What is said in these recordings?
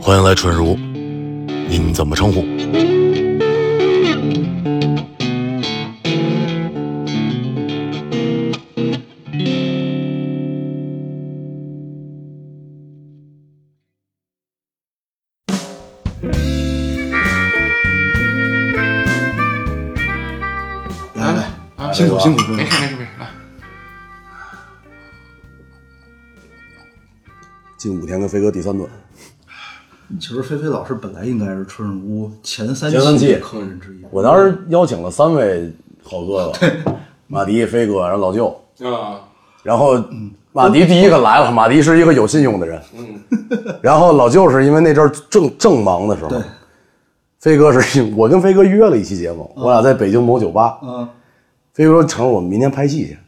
欢迎来春如，您怎么称呼？哎来来，啊嗯辛苦辛苦，没事没事没事，来，近五天跟飞哥第三顿，其实菲菲老师本来应该是春日屋前三前三期的客人之一，我当时邀请了三位好哥哥，马迪、飞哥，然后老舅， 啊，然后马迪第一个 来了，马迪是一个有信用的人，嗯然后老舅是因为那阵儿正正忙的时候，飞哥是因为我跟飞哥约了一期节目，嗯我俩在北京某酒吧，嗯飞哥说成，我们明天拍戏去，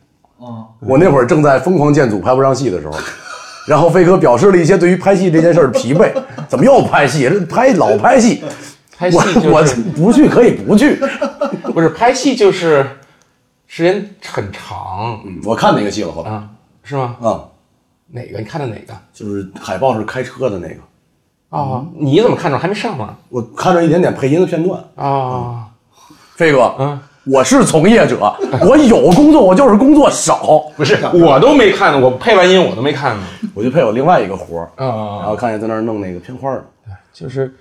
嗯，我那会儿正在疯狂建组拍不上戏的时候， 然后飞哥表示了一些对于拍戏这件事儿的疲 惫，怎么又拍戏？这拍老拍戏，拍戏就是我我不去可以不 去。不是拍戏就是时间很长嗯我看那个戏了，后来啊，是吗？啊，哪个？你看的哪个？就是海报是开车的那个，哦，你怎么看着还没上呢？我看着一点点配音的片段。哦，飞哥，嗯，我是从业者， 我有工作，我就是工作少。不是，我都没看呢，我配完音我都没看呢。我就配我另外一个活儿，然啊，后看见在那儿弄那个片花儿，就是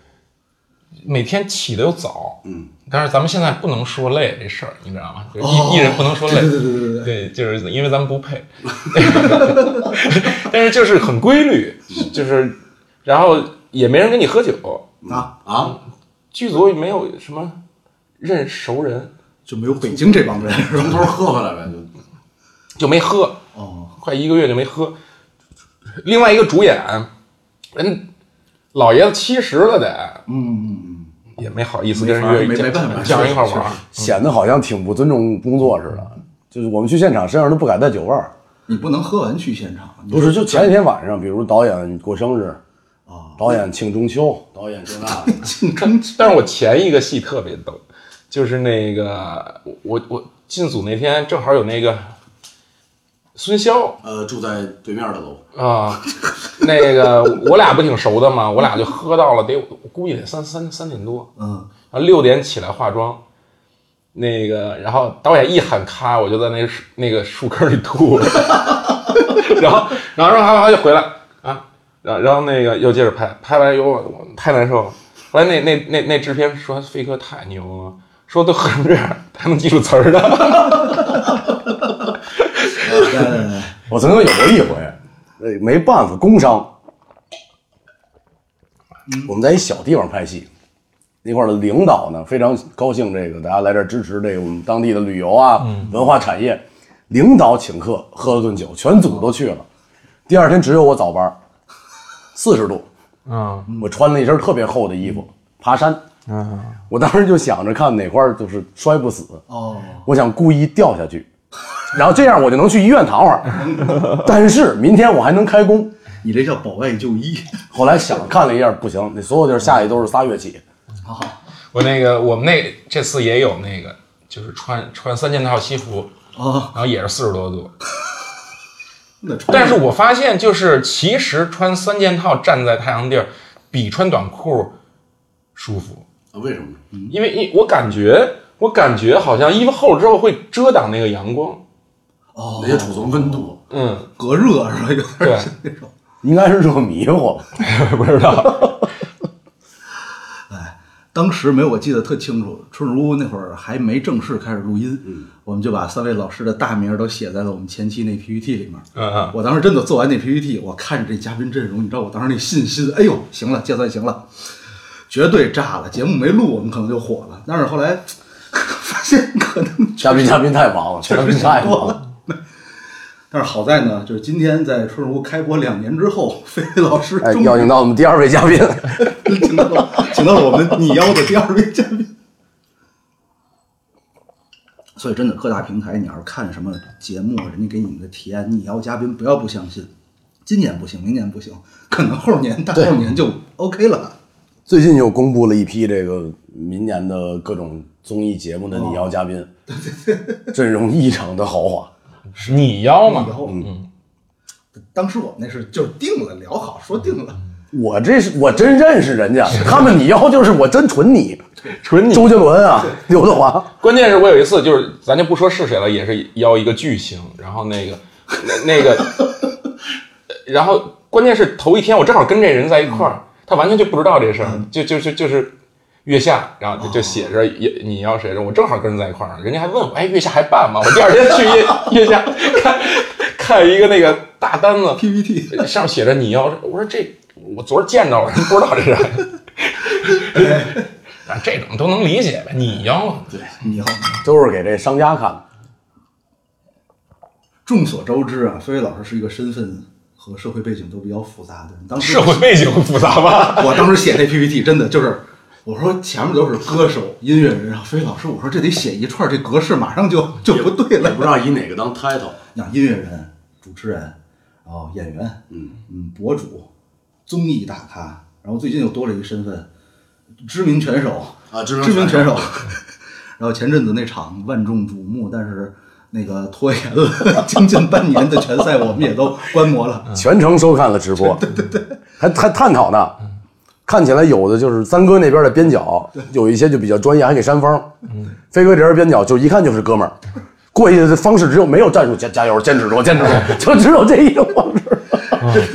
每天起的又早，嗯，但是咱们现在不能说累这事儿，你知道吗？就是艺艺人不能说累，哦对对对对对对，就是因为咱们不配， 但是就是很规律，嗯 就是然后也没人跟你喝酒，对啊，啊，剧组也没有什么认熟人，就没有北京这帮人是吧？头喝回来呗，就就没喝，哦，快一个月就没喝。另外一个主演，人老爷子七十了得，嗯，也没好意思跟没法人约没没办法叫人一块玩儿。显得好像挺不尊重工作似的。就是我们去现场，身上都不敢带酒味儿。你不能喝完去现场，你不是，就前几天晚上，比如导演过生日，啊，导演庆中秋，导演这那 的，竞争但是我前一个戏特别逗，就是那个我我我进组那天正好有那个孙骁呃，住在对面的楼，啊、那个我俩不挺熟的嘛，我俩就喝到了得我估计得三三三点多，嗯，然后六点起来化妆，那个，然后导演一喊咔，我就在那个树那个树坑里吐了， 然后然后然后然后就回来啊，然后然后那个又接着拍，拍完以后我我太难受了，后来那那那那制片说飞哥太牛了，说都喝 成这样还能记住词儿的，来来来来，我曾经有过一回，呃，没办法，工伤。我们在一小地方拍戏，那块儿的领导呢非常高兴，这个大家来这儿支持这个我们当地的旅游啊、文化产业。领导请客，喝了顿酒，全组都去了。第二天只有我早班，四十度，嗯我穿了一身特别厚的衣服，爬山。我当时就想着看哪块儿就是摔不死，哦，我想故意掉下去，然后这样我就能去医院躺会儿。 但是明天我还能开工。你这叫保外就医， 后来想看了一下，不行，那所有地儿下去都是仨月起。 我那个我们那这次也有那个就是穿穿三件套西服，啊，然后也是四十多度，那穿但是我发现，就是其实穿三件套站在太阳地儿，比穿短裤舒服，啊为什么？因为因我感觉，我感觉好像衣服厚了之后会遮挡那个阳光。哦那，些储存温度，嗯，隔热是吧？有对点像那种，应该是热迷糊。 不知道。当时没有，我记得特清楚，春日屋那会儿还没正式开始录音，嗯我们就把三位老师的大名都写在了我们前期那 PPT 里面。啊嗯我当时真的做完那 PPT，我看着这嘉宾阵容，你知道我当时那信心，哎呦，行了，这算行了，绝对炸了。节目没录，我们可能就火了。但是后来 发现可 能，嘉宾嘉宾太忙了，确嘉实宾太忙多了。了。 但是好在呢，就是今天在春日屋开播两年之后， 菲菲老师哎，终于邀请到我们第二位 嘉宾， 请到了请到了我们你邀的第二位嘉宾。所以真的，各大平台你要是看什么节目，人家给你们的提案，你邀嘉宾不要不相信，今年不行，明年不行，可能后年大后年就 OK 了。最近又公布了一批这个明年的各种综艺节目的你邀嘉宾，阵容异常的豪华。你腰以嘛，后，嗯，当时我们那是就定了，聊好说定了，我这是我真认识人家，他们你要就是我真纯你， 纯你。周杰伦啊，刘德华，关键是我有一次就是，咱就不说是谁了，也是邀一个巨星，然后那个 那那个，然后关键是头一天我正好跟这人在一块儿，他完全就不知道这事儿，就就就就是月下，然后就就写着也你要谁，我正好跟人在一块儿，人家还问我，哎，月下还办吗？我第二天去 月月下看看一个那个大单子 PPT 上面写着你要是，我说这我昨儿见着了，不知道这是啥。啊，这种都能理解呗。你要嘛 对，你好，都是给这商家看的。众所周知啊，飞飞老师是一个身份和社会背景都比较复杂的人。当时社会背景复杂 吧？我当时写那 PPT 真的就是，我说前面都是歌手、音乐人，然后飞老师，我说这得写一串，这格式马上就就不对了。道以哪个当 title，你像音乐人、主持人，然后演员，嗯嗯，博主、综艺大咖，然后最近又多了一个身份，知名拳手啊知名知名拳拳手。 然后前阵子那场万众瞩目，但是那个拖延了将近半年的拳赛，我们也都观摩了。全程收看了直播， 对对对，还还探讨呢。看起来有的就是三哥那边的边角，有一些就比较专业，还给扇风。嗯飞哥这边边角就一看就是哥们儿，过去的方式只有没有战术，加加油，坚持住，坚持住，就只有这一种方式。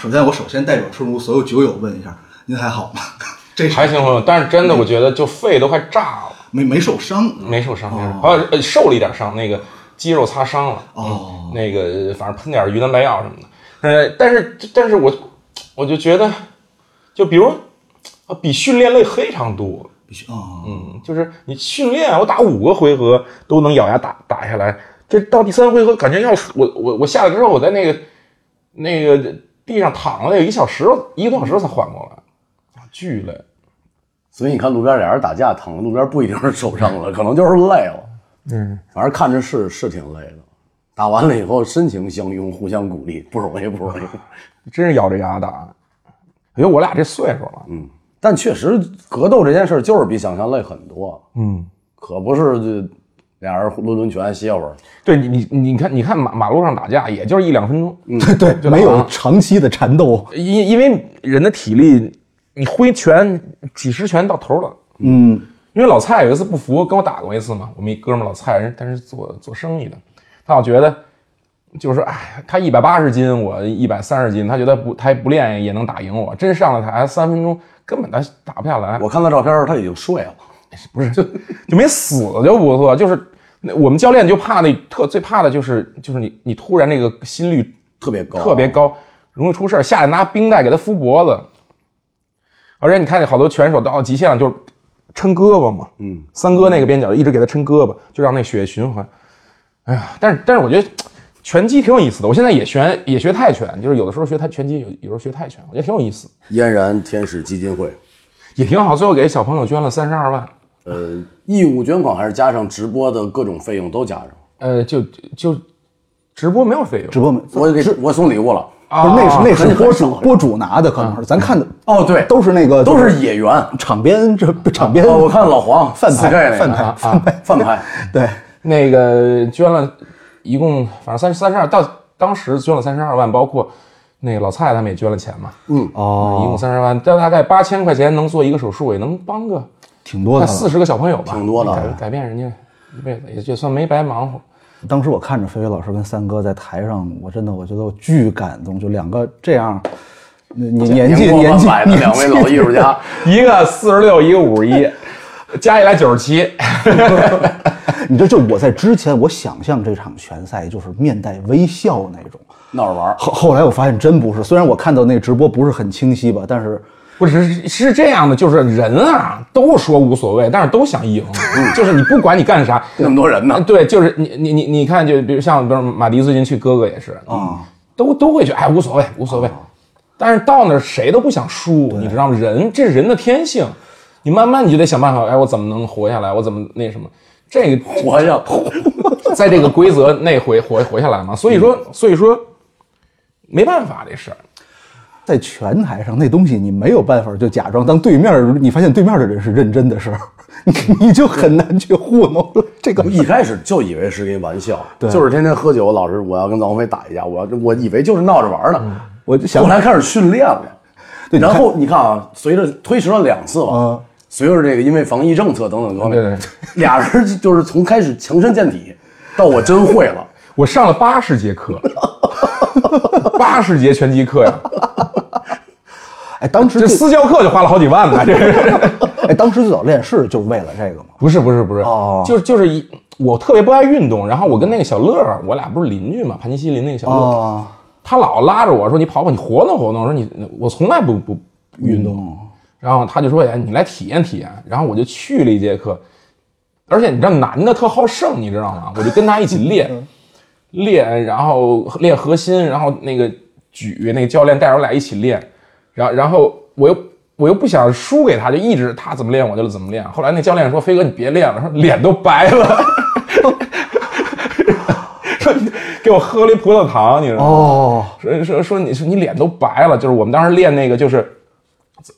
首先，我首先代表春如所有酒友问一下，您还好吗？ 这是 还行，朋友，但是真的，我觉得就肺都快炸了，没没受伤，嗯没受伤，没事，好像呃受了一点伤，那个肌肉擦伤了，哦嗯，那个反正喷点云南白药什么的，呃，但是但是我我就觉得，就比如啊，比训练累非常多，必须啊，嗯，就是你训练，我打五个回合都能咬牙打打下来，这到第三回合感觉要死我我我下来之后，我在那个那个地上躺了有一小时，一个多小时才缓过来，啊，巨累。所以你看路边俩人打架，躺在路边不一定是受伤了，可能就是累了。嗯，反正看着是是挺累的。打完了以后，深情相拥，互相鼓励，不容易，不容易。真是咬着牙打。因为我俩这岁数了，嗯但确实，格斗这件事儿就是比想象累很多。嗯，可不是这俩人抡抡拳歇会儿，对你你你看你看马马路上打架，也就是一两分钟，对 对，没有啊长期的缠斗，因因为人的体力，你挥拳几十拳到头了。嗯，因为老蔡有一次不服，跟我打过一次嘛，我们一哥们儿老蔡，人但是做做生意的，他老觉得就是哎，他一百八十斤，我一百三十斤，他觉得不他不练也能打赢我，真上了台三分钟根本他打不下来。我看他照片儿，他已经睡了。不是就就没死就不错，就是那我们教练就怕那特最怕的就是就是你你突然那个心率特别高，特别高，容易出事儿，下来拿冰袋给他敷脖子，而且你看见好多拳手到了极限了就是抻胳膊嘛，嗯，三哥那个边角一直给他抻胳膊，就让那血液循环。哎呀，但是但是我觉得拳击挺有意思的，我现在也学也学泰拳，就是有的时候学泰拳击，有有时候学泰拳，我觉得挺有意思，嫣然天使基金会，也挺好。最后给小朋友捐了三十二万。呃，义务捐款还是加上直播的各种费用都加上。呃，就就直播没有费用，直播没，我给我送礼物了，啊不是那是那很是播主播主拿的，可能是咱看的哦对都是那个都是野员。场边这场边，哦，我看老黄饭 4K 那拍个饭拍啊饭拍饭拍，对，那个捐了，一共反正三三十二，到当时捐了三十二万，包括那个老蔡他们也捐了钱嘛，哦，一共三十万，但大概八千块钱能做一个手术，也能帮个挺多的。快四十个小朋友吧，挺多的改改变人家一辈子，也就算没白忙活。当时我看着飞飞老师跟三哥在台上，我真的我觉得我巨感动，就两个这样，你你年纪阳光年纪万百的年两纪位老艺术家，一个四十六，一个五十一， 加起来九十七。 你这就我在之前我想象这场拳赛就是面带微笑那种， 闹着玩儿。后后来我发现真不是，虽然我看到那个直播不是很清晰吧，但是不是是是这样的，就是人啊，都说无所谓，但是都想赢，就是你不管你干啥， 那么多人 呢，对，就是你你你你看，就比如像比如马迪最近去哥哥也是啊，都都会觉得哎无所谓无所谓，但是到那儿谁都不想输，你知道吗？人这是人的天性，你慢慢你就得想办法，哎，我怎么能活下来？我怎么那什么？这个活呀，在这个规则内活活活下来嘛？所以说所以说没办法这事儿，在拳台上那东西你没有办法就假装，当对面儿你发现对面的人是认真的时候，你你就很难去糊弄了。这个我 一开始就以为是一玩 笑，就是天天喝酒，老 是我要跟王菲打一架，我要我以为就是闹着玩儿呢。我就 想后来开始训练了，对，你然看后嗯你看嗯啊，随着推迟了两次吧，啊随着这个因为防疫政策等等各方面，对对对 俩人就是从开始强身健体到我真会 了，我我上了八十节课，八十节拳击课呀，哎，当时这最私教课就花了好几万呢，这是。哎，当时最早练是就为了这个嘛。不是不是不是，哦就是就是一我特别不爱运动，然后我跟那个小乐儿，我俩不是邻居嘛，盘尼西林那个小乐儿，哦，他老拉着我说你跑跑，你活动活动。我说你我从来不不不运动，然后他就说哎你来体验体验，然后我就去了一节课，而且你知道男的特好胜，你知道吗？我就跟他一起 练练，然后练核心，然后那个举，那个教练带着我俩一起练，然后然后我又。我又不想输给他，就一直他怎么练我就怎么练。后来那教练说：“飞哥，你别练了，说脸都白了， 说你给我喝了一葡萄糖，你知道吗？”哦，说说说你说你脸都白了，就是我们当时练那个就是，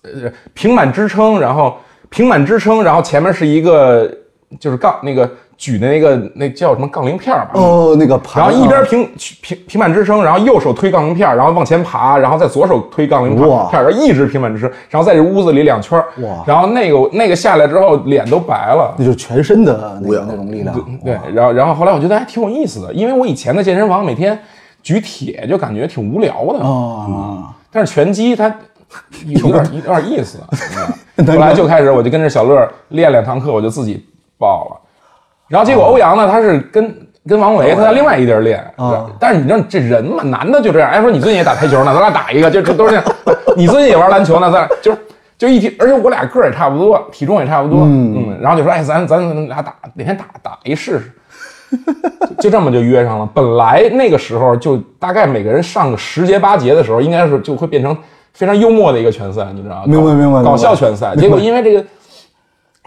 呃，平板支撑，然后平板支撑，然后前面是一个就是杠那个举的那个那叫什么杠铃片儿吧。哦，那个然盘啊，后一边平平平板支撑，然后右手推杠铃片儿，然后往前爬，然后再左手推杠铃片哇儿，然后一直平板支撑，然后在这屋子里两圈儿哇然后那个那个下来之后脸都白了，那就是全身的那个那种力量。对，然后然后后来我觉得还挺有意思的，因为我以前的健身房每天举铁就感觉挺无聊的，哦，但是拳击 它有点有点意 思，你知难道吗后怪来就开始我就跟着小乐练两堂课，我就自己报了。然后结果欧阳呢，他是跟跟王维他啊在另外一地儿练，但是你知道这人嘛，男的就这样。哎，说你最近也打台球呢，咱俩打一个，就这都是这 样。你最近也玩篮球呢，咱俩就是。就一提，而且我俩个儿也差不多，体重也差不多，嗯然后就说，哎，咱咱俩打哪天打打一试试，就这么就约上了。本来那个时候就大概每个人上个十节八节的时候，应该是就会变成非常幽默的一个拳赛，你知道吗？明白搞明白搞笑明白拳赛。结果因为这个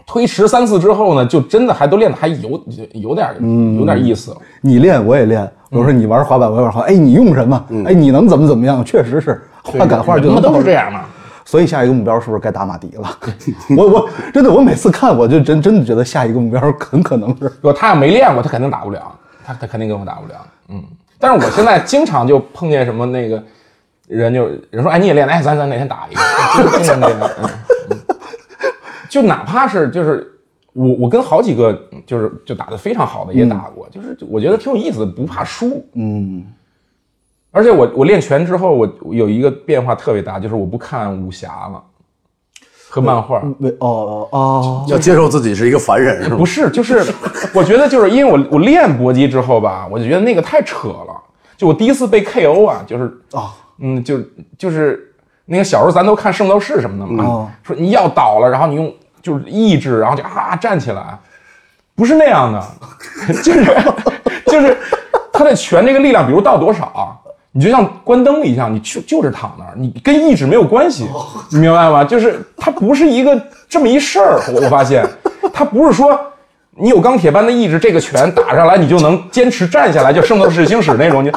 推迟三次之后呢，就真的还都练得还有有点嗯有点意思了。你练我也练，我说你玩滑板我也玩滑，哎，你用什么？哎，你能怎么怎么样？确实是画感画就能人嘛都到是这。样嘛。所以下一个目标是不是该打马迪了？ 我我真的我每次看我就真真的觉得下一个目标很可能是如果他要没练过，他肯定打不了，他他肯定跟我打不了。嗯，但是我现在经常就碰见什么那个人就人说，哎，你也练，哎，咱咱哪天打一个，就经常这样。嗯嗯就哪怕是就是我我跟好几个嗯就是就打得非常好的也打过，就是我觉得挺有意思的，不怕输。嗯。而且我我练拳之后，我我有一个变化特别大，就是我不看武侠了，和漫画。为哦哦要接受自己是一个凡人是吧？不是，就是我觉得就是因为我我练搏击之后吧，我就觉得那个太扯了。就我第一次被 KO 啊，就是哦嗯，就就是那个小时候咱都看圣斗士什么的嘛，哦说你要倒了，然后你用就是意志，然后就啊站起来，不是那样的，就是就是他的拳这个力量，比如到多少啊，你就像关灯一样，你就就是躺那儿，你跟意志没有关系，你明白吗？就是它不是一个这么一事儿，我我发现，它不是说。你有钢铁般的意志，这个拳打上来，你就能坚持站下来，就《圣斗士星矢》那种，你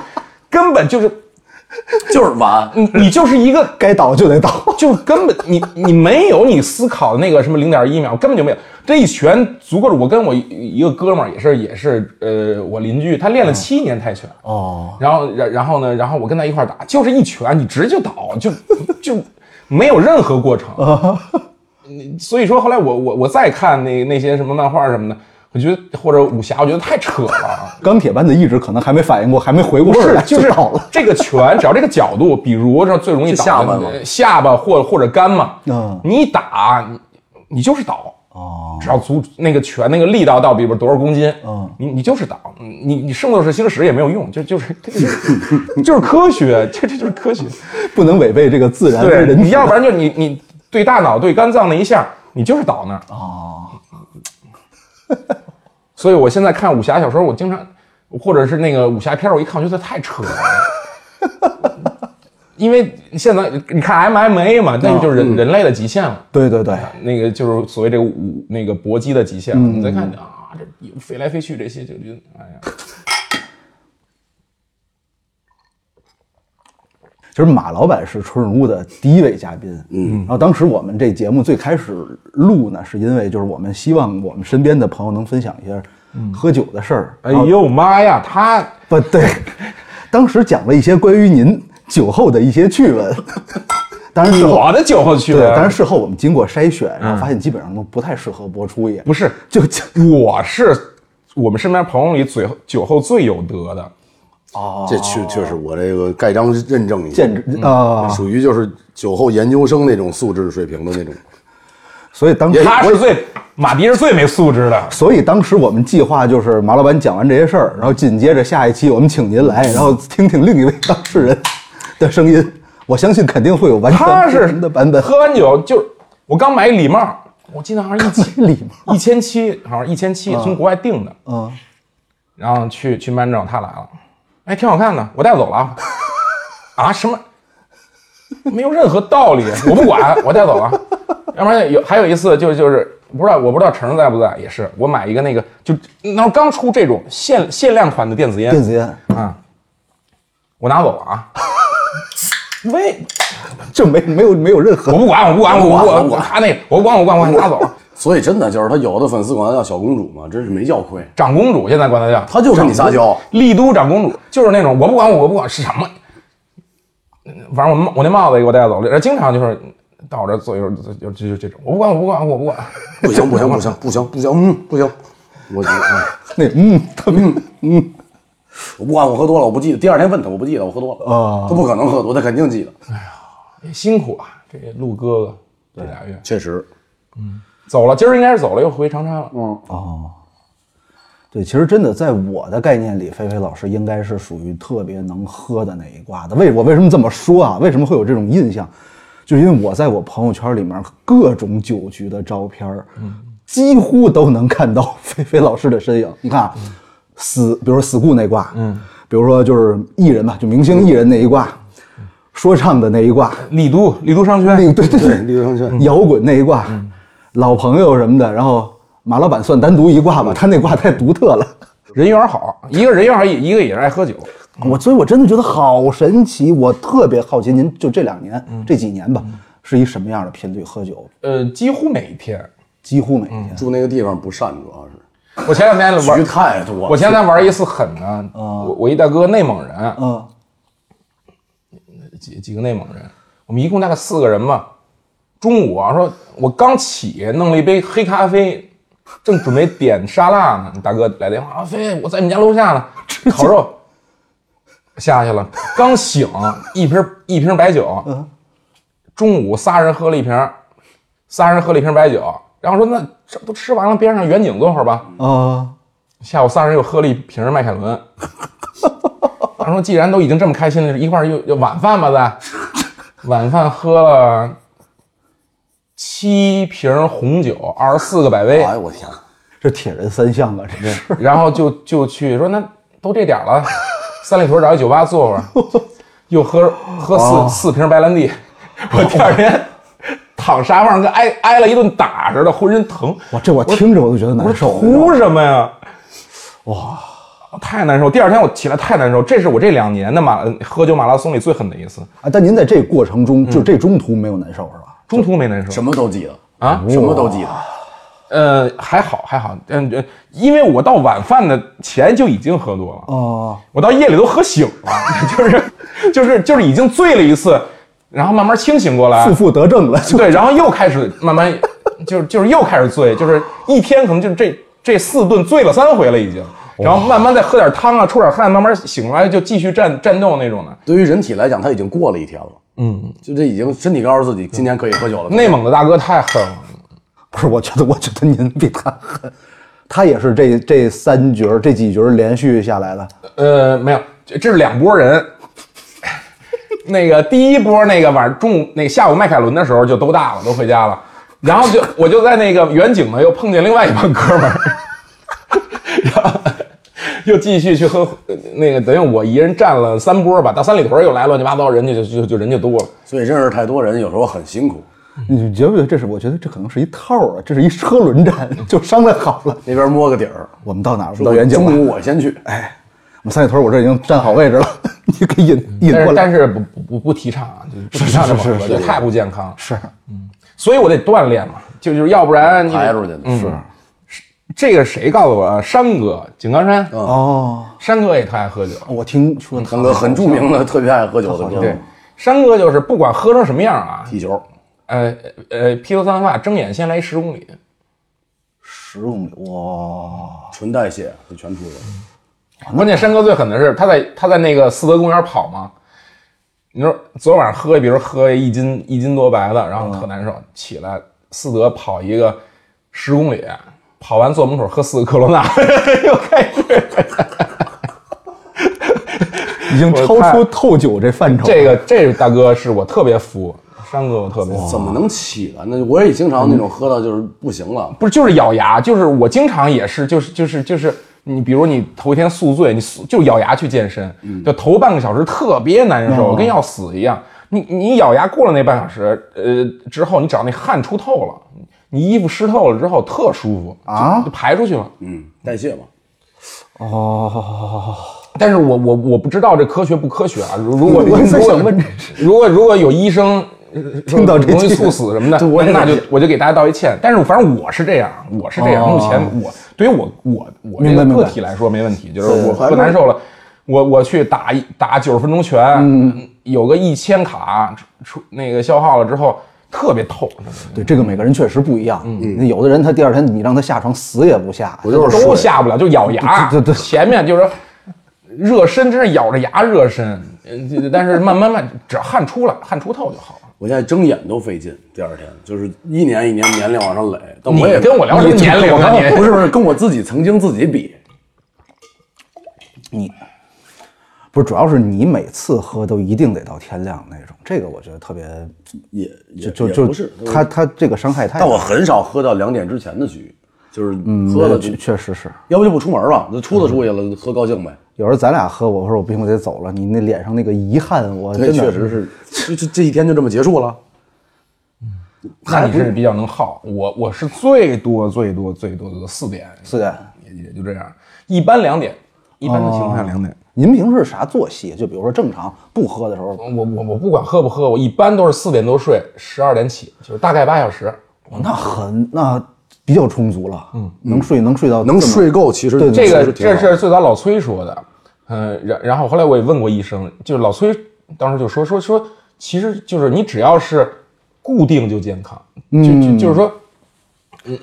根本就是就是嗯完，你你就是一个，该倒就得倒。就是根本你你没有你思考的那个什么零点一秒，根本就没有。这一拳足够了。我跟我一一个哥们儿也是也是呃，我邻居，他练了七年泰拳，哦，然后然然后呢，然后我跟他一块儿打，就是一拳，你直接就倒，就 就没有任何过程。你所以说后来我我我再看那那些什么漫画什么的，我觉得或者武侠，我觉得太扯了。钢铁般的意志可能还没反应过，还没回过不味儿是来，就是倒了。 这个拳，只要这个角度，比如说最容易是倒下巴的吗呃下巴或或者肝嘛，嗯你一打你你就是倒，哦，只要足那个拳那个力道到比如说多少公斤，嗯你你就是倒，你你你圣斗士星矢也没有用，就就是就是 科学，这这就是科学，不能违背这个自然跟对，人啊体你要不然就你你对大脑对肝脏那一下，你就是倒那儿哦。 所以我现在看武侠小说，我经常或者是那个武侠片儿，我一看我觉得太扯了。 因为现在你看 MMA 嘛，那个就是嗯人、人类的极限了，对对对，那个就是所谓这个武那个搏击的极嗯限了。你再看啊，这飞来飞去这些，就觉得哎呀，其实马老板是春日屋的第一位嘉宾，嗯，然后当时我们这节目最开始录呢，是因为就是我们希望我们身边的朋友能分享一下喝酒的事儿，哎呦妈呀，他 不对，当时讲了一些关于您酒后的一些趣闻， 当然事后我的酒后去哦对，了。但是事后我们经过筛选，然后发现基本上都不太适合播出也。嗯不是，就我是我们身边朋友里最酒后最有德的，这确确实，我这个盖章认证一下，见嗯证啊，属于就是酒后研究生那种素质水平的那种。所以当时他是最马迪是最没素 质的。所以当时我们计划就是马老板讲完这些事儿，然后紧接着下一期我们请您来，然后听听另一位当事人的声音。我相信肯定会有完他全不是同的版本。喝完酒就我刚买礼帽，我记得好像一千礼 一千七，好像一千七从国外订的，嗯，然后去去曼城，他来了，哎，挺好看的，我带走了啊， 啊什么？没有任何道理，我不管，我带走了。要不然有还有一次就就是不知道我不知道橙子在不在，也是我买一个那个就那时候刚出这种限限量款的电子烟，电子烟我拿走了啊。 喂，这没没有没有任何我不管，我不管，我我不管我我不我管他那个我不管，我不管，我拿走了。所以真的就是他有的粉丝管她叫小公主嘛，真是没叫亏，长公主现在管她叫，她就跟你撒娇。丽都长公主就是那种我不管我不管是什么，嗯反正我我那帽子也给我带走了，然后经常就是到我这儿坐一会儿就就就就这种，我不管我不管我不管，不行不行不行不行不行，嗯不行，我我 哎那嗯特别嗯我不管我喝多了，我不记得。第二天问他，我不记得我喝多了。哦他不可能喝多，他肯定记得。辛苦啊，这陆哥哥这俩月确实，走了，今儿应该是走了，又回长沙了。嗯，对，其实真的在我的概念里，菲菲老师应该是属于特别能喝的那一挂的。为我为什么这么说啊？为什么会有这种印象？就因为我在我朋友圈里面各种酒局的照片儿，几乎都能看到菲菲老师的身影。你看啊，死，比如说死固那挂，嗯，比如说就是艺人吧，就明星艺人那一挂，嗯说唱的那一挂，丽都丽都商圈，那个对对嗯对，绿灯线摇滚那一挂，老朋友什么的，然后马老板算单独一挂吧，他那挂太独特了。人缘好，一个人缘好，一个也是爱喝酒。我所以，我真的觉得好神奇，我特别好奇，您就这两年、这几年吧，是一什么样的频率喝酒？呃，几乎每天，几乎每天。住那个地方不善，主要是我前两天玩局太多了。我前天玩一次狠的，我我一大哥内蒙人，嗯，几几个内蒙人，我们一共大概四个人吧。中午啊，说我刚起，弄了一杯黑咖啡，正准备点沙拉呢，大哥来电话，啊，飞，我在你们家楼下呢，烤肉。下去了，刚醒，一瓶一瓶白酒，中午仨人喝了一瓶，仨人喝了一瓶白酒，然后说那这都吃完了，边上远景坐会儿吧，啊，下午仨人又喝了一瓶迈凯伦。他说：“既然都已经这么开心了，一块儿又又晚饭吧，再晚饭喝了七瓶红酒，二十四个百威，哎呦我天，这铁人三项啊，这是然后就就去说那都这点儿了，三里屯找一酒吧坐会儿，又喝喝四、四瓶白兰地， 我第二天躺沙发上跟挨挨了一顿打似的，浑身疼。哇，这我听着我都觉得难受。图什么呀？哇，太难受！第二天我起来太难受，这是我这两年的马喝酒马拉松里最狠的一次，啊，但您在这过程中，就这中途没有难受是吧？中途没难受什么都记得，啊。什么都记得。呃，还好还好，嗯，呃因为我到晚饭的前就已经喝多了，哦，我到夜里都喝醒了， 就是就是就是已经醉了一次，然后慢慢清醒过来呃负，负得正了，就 对，然后又开始慢慢，就是就是又开始醉，就是一天可能就是这这四顿醉了三回了已经，然后慢慢再喝点汤啊，出点汗，慢慢醒过来就继续战战斗那种的。对于人体来讲，他已经过了一天了。嗯，就这已经身体告诉自己，今天可以喝酒了。内蒙的大哥太狠了，不是，我觉得，我觉得您比他狠，他也是这这三局儿这几局儿连续下来的。呃，没有，这这是两拨人。 那个第一波那个晚上中午那个下午迈凯伦的时候就都大了，都回家了，然后就我就在那个远景呢又碰见另外一帮哥们儿， 然后又继续去喝呃那个等于我一人占了三波吧，到三里屯又来乱七八糟人家就就就人就多了，所以认识太多人，有时候很辛苦。你觉不觉得这是？我觉得这可能是一套啊，这是一车轮战， 就商量好了。那边摸个底儿，我们到哪儿？我们说到远景了。中午我先去。哎我们三里屯，我这已经站好位置了，你给引引嗯过但是来。但是不不不不提倡啊，就是不提倡这么喝，这太不健康了，嗯是所以我得锻炼嘛，就就是要不然你排出去的嗯、是这个谁告诉我啊？山哥，井冈山，哦，山哥也特爱喝酒。哦我听说他嗯三哥很著名的，特别爱喝酒的哥们对儿，山哥就是不管喝成什么样啊，踢球，呃呃，披头散发，睁眼先来十公里，十公里，哇！纯代谢就全出去了。关键山哥最狠的是，他在他在那个四德公园跑嘛。你说昨晚上喝，比如喝一斤一斤多白的，然后特难受，起来四德跑一个十公里，跑完坐门口喝四个克罗纳， 又开始已经我超太出透酒这范畴。这个这大哥是我特别服，山哥我特别服，怎么能起来呢？我也经常那种喝到就是不行了，不是就是咬牙，就是我经常也是，就是就是就是你比如你头一天宿醉，你宿就咬牙去健身，就头半个小时特别难受，跟要死一样。你你咬牙过了那半小时，呃，之后你只要那汗出透了，你衣服湿透了之后特舒服啊就就排出去了。嗯，代谢嘛。哦，但是我我我不知道这科学不科学啊。如如果我也在如果想问这如果如果有医生呃听到这容易句猝死什 么的，对我也那就在我就给大家道一歉。但是反正我是这样，我是这样。哦目前我对于我我我明白这个明白个体来说没问题，就是我反不正难受了，我我去打一打九十分钟拳，嗯，有个一千卡出出那个消耗了之后特别透，对，这个每个人确实不一样。嗯，那有的人他第二天你让他下床死也不下，我就是都下不了，就咬牙。对对对前面就是热身，真是咬着牙热身，嗯，但是慢慢慢，只要汗出来，汗出透就好了。我现在睁眼都费劲，第二天就是一年一年年龄往上垒。但你我也跟我聊什么年龄啊你不是不是跟我自己曾经自己比，你不是主要是你每次喝都一定得到天亮那种，这个我觉得特别也也就就也就不是。他他这个伤害太大但我很少喝到两点之前的局，就是嗯喝了就确确实是。要不就不出门了，那出都出去了，喝高兴呗。有时候咱俩喝，我说我不行，我得走了。你那脸上那个遗憾，我那真的确实是，就就这一天就这么结束了。那你是比较能耗，我我是最多最多最多最多四点，是的。也也就这样，一般两点，一般的情况下两点。您平时啥作息？就比如说正常不喝的时候，我我我不管喝不喝，我一般都是四点多睡，十二点起，就是大概八小时。嗯哦那很那比较充足了。嗯，能睡能睡到能这么睡够，其实对这其个实挺这好是最早老崔说的，嗯，然然后后来我也问过医生，就是老崔当时就说说说，其实就是你只要是固定就健康，就嗯就就是说，嗯你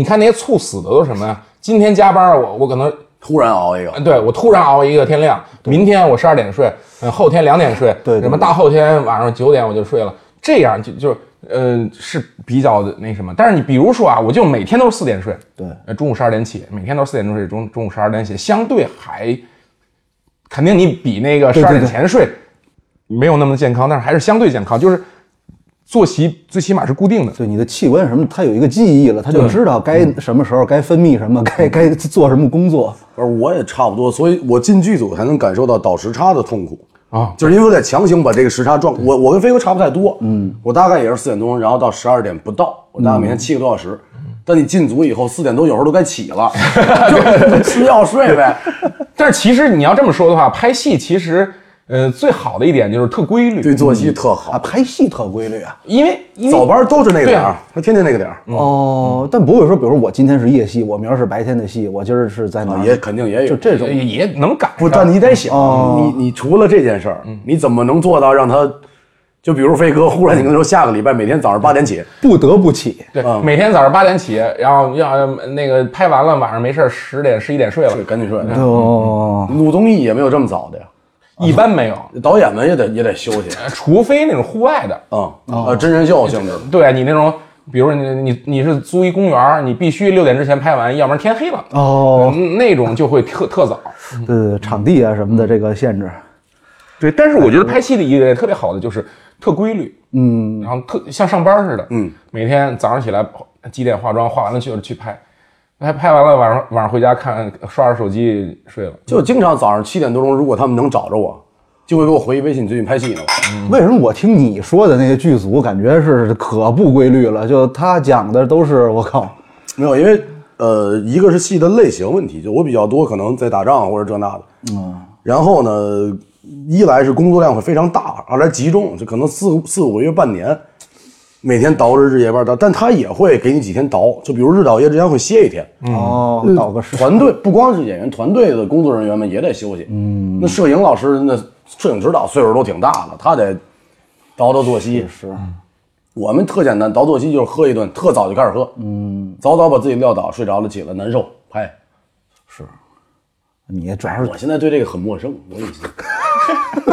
你看那些猝死的都是什么呀？今天加班我我可能突然熬一个，呃对我突然熬一个天亮，明天我十二点睡，嗯，后天两点睡，对对什么大后天晚上九点我就睡了，这样就就呃是比较的那什么。但是你比如说啊，我就每天都是四点睡，对呃，中午十二点起，每天都是四点钟睡，中中午十二点起，相对还肯定你比那个对对十二点对前睡没有那么健康，但是还是相对健康，就是作息最起码是固定的。对你的器官什么，它有一个记忆了，它就知道该嗯什么时候该分泌什么，该该做什么工作。而我也差不多，所以我进剧组才能感受到倒时差的痛苦啊就是因为我得强行把这个时差撞。我我跟飞哥差不太多，嗯，我大概也是四点钟，然后到十二点不到，我大概每天七个多小时。但你进组以后，四点多有时候都该起 了，就吃药睡呗。但是其实你要这么说的话，拍戏其实呃最好的一点就是特规律，对作息特啊，好，拍戏特规律啊。因为因为早班都是那个对点啊儿，他天天那个点儿，哦，但不会说，比如说我今天是夜戏，我明儿是白天的戏，我今儿是在哪儿？也肯定也就有。这种也也能赶不，上但你得想，哦你你除了这件事儿，你怎么能做到让他？就比如飞哥，忽然你跟他说下个礼拜每天早上八点起，不得不起。对，每天早上八点起，然后要呃那个拍完了，晚上没事十点十一点睡了对，，赶紧睡。哦，录综艺也没有这么早的呀，一般没有，导演们也得也得休息呃除非那种户外的，啊，呃，真人秀性质的。对啊你那种，比如你你你是租一公园，你必须六点之前拍完，要不然天黑了，哦，嗯那种就会特特早。对对对，场地啊什么的这个限制，对，但是我觉得拍戏的一个特别好的就是特规律，嗯，然后特像上班似的，嗯，每天早上起来几点化妆，化完了就去拍，拍拍完了晚上晚上回家看刷刷手机睡了。就经常早上七点多钟，如果他们能找着我，就会给我回一微信，你最近拍戏呢吧？为什么我听你说的那些剧组感觉是可不规律了？就他讲的都是我靠，没有，因为呃，一个是戏的类型问题，就我比较多可能在打仗或者这那的，嗯，然后呢，一来是工作量会非常大，二来集中，就可能四四五个月半年，每天倒着日夜班倒，但他也会给你几天倒，就比如日倒夜之前会歇一天，哦，倒个时团队不光是演员，团队的工作人员们也得休息。嗯，那摄影老师、那摄影指导岁数都挺大了，他得倒倒作息。是我们特简单，倒作息就是喝一顿，特早就开始喝，嗯，早早把自己撂倒，睡着了起来难受，嗨，你 主要是我现在对这个很陌生，我已经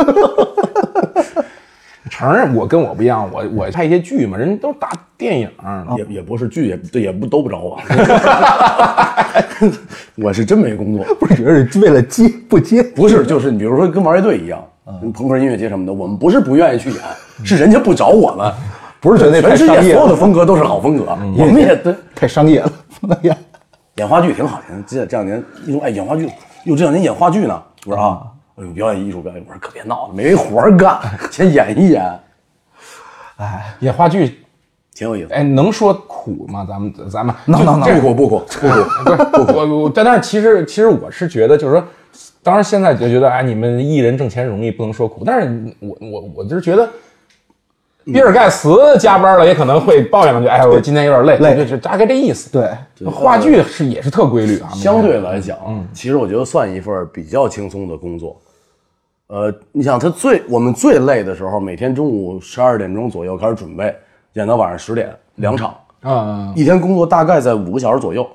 承认我跟我不一样，我我拍一些剧嘛，人都是大电影儿，哦也也不是剧，也对，也不都不找我， 我是真没工作，不是觉得为了接不接？不是，就是你比如说跟玩乐队一样，嗯朋克音乐节什么的，我们不是不愿意去演，是人家不找我们，不是觉得那太全世商界业所有的了，风格都是好风格，我们也对太商业了。哎呀，嗯演话剧挺好的。这这两年一说哎演话剧，哟这两年演话剧呢，我说啊，哎呦表演艺术表演，我说可别闹了，没活儿干，先演一演，演话剧，挺有意思。哎，能说苦吗？咱们咱们 能能这能，不苦不苦不苦，不是我我，但但是其实其实我是觉得，就是说，当然现在就觉得，哎，你们艺人挣钱容易，不能说苦。但是我我我就是觉得，嗯比尔盖茨加班了，也可能会抱怨两句，哎，我今天有点累，累就就大概这意思。对，话剧是也是特规律啊，相对来讲，嗯其实我觉得算一份儿比较轻松的工作。呃，你想他最我们最累的时候，每天中午十二点钟左右开始准备，演到晚上十点，两场，嗯啊，一天工作大概在五个小时左右。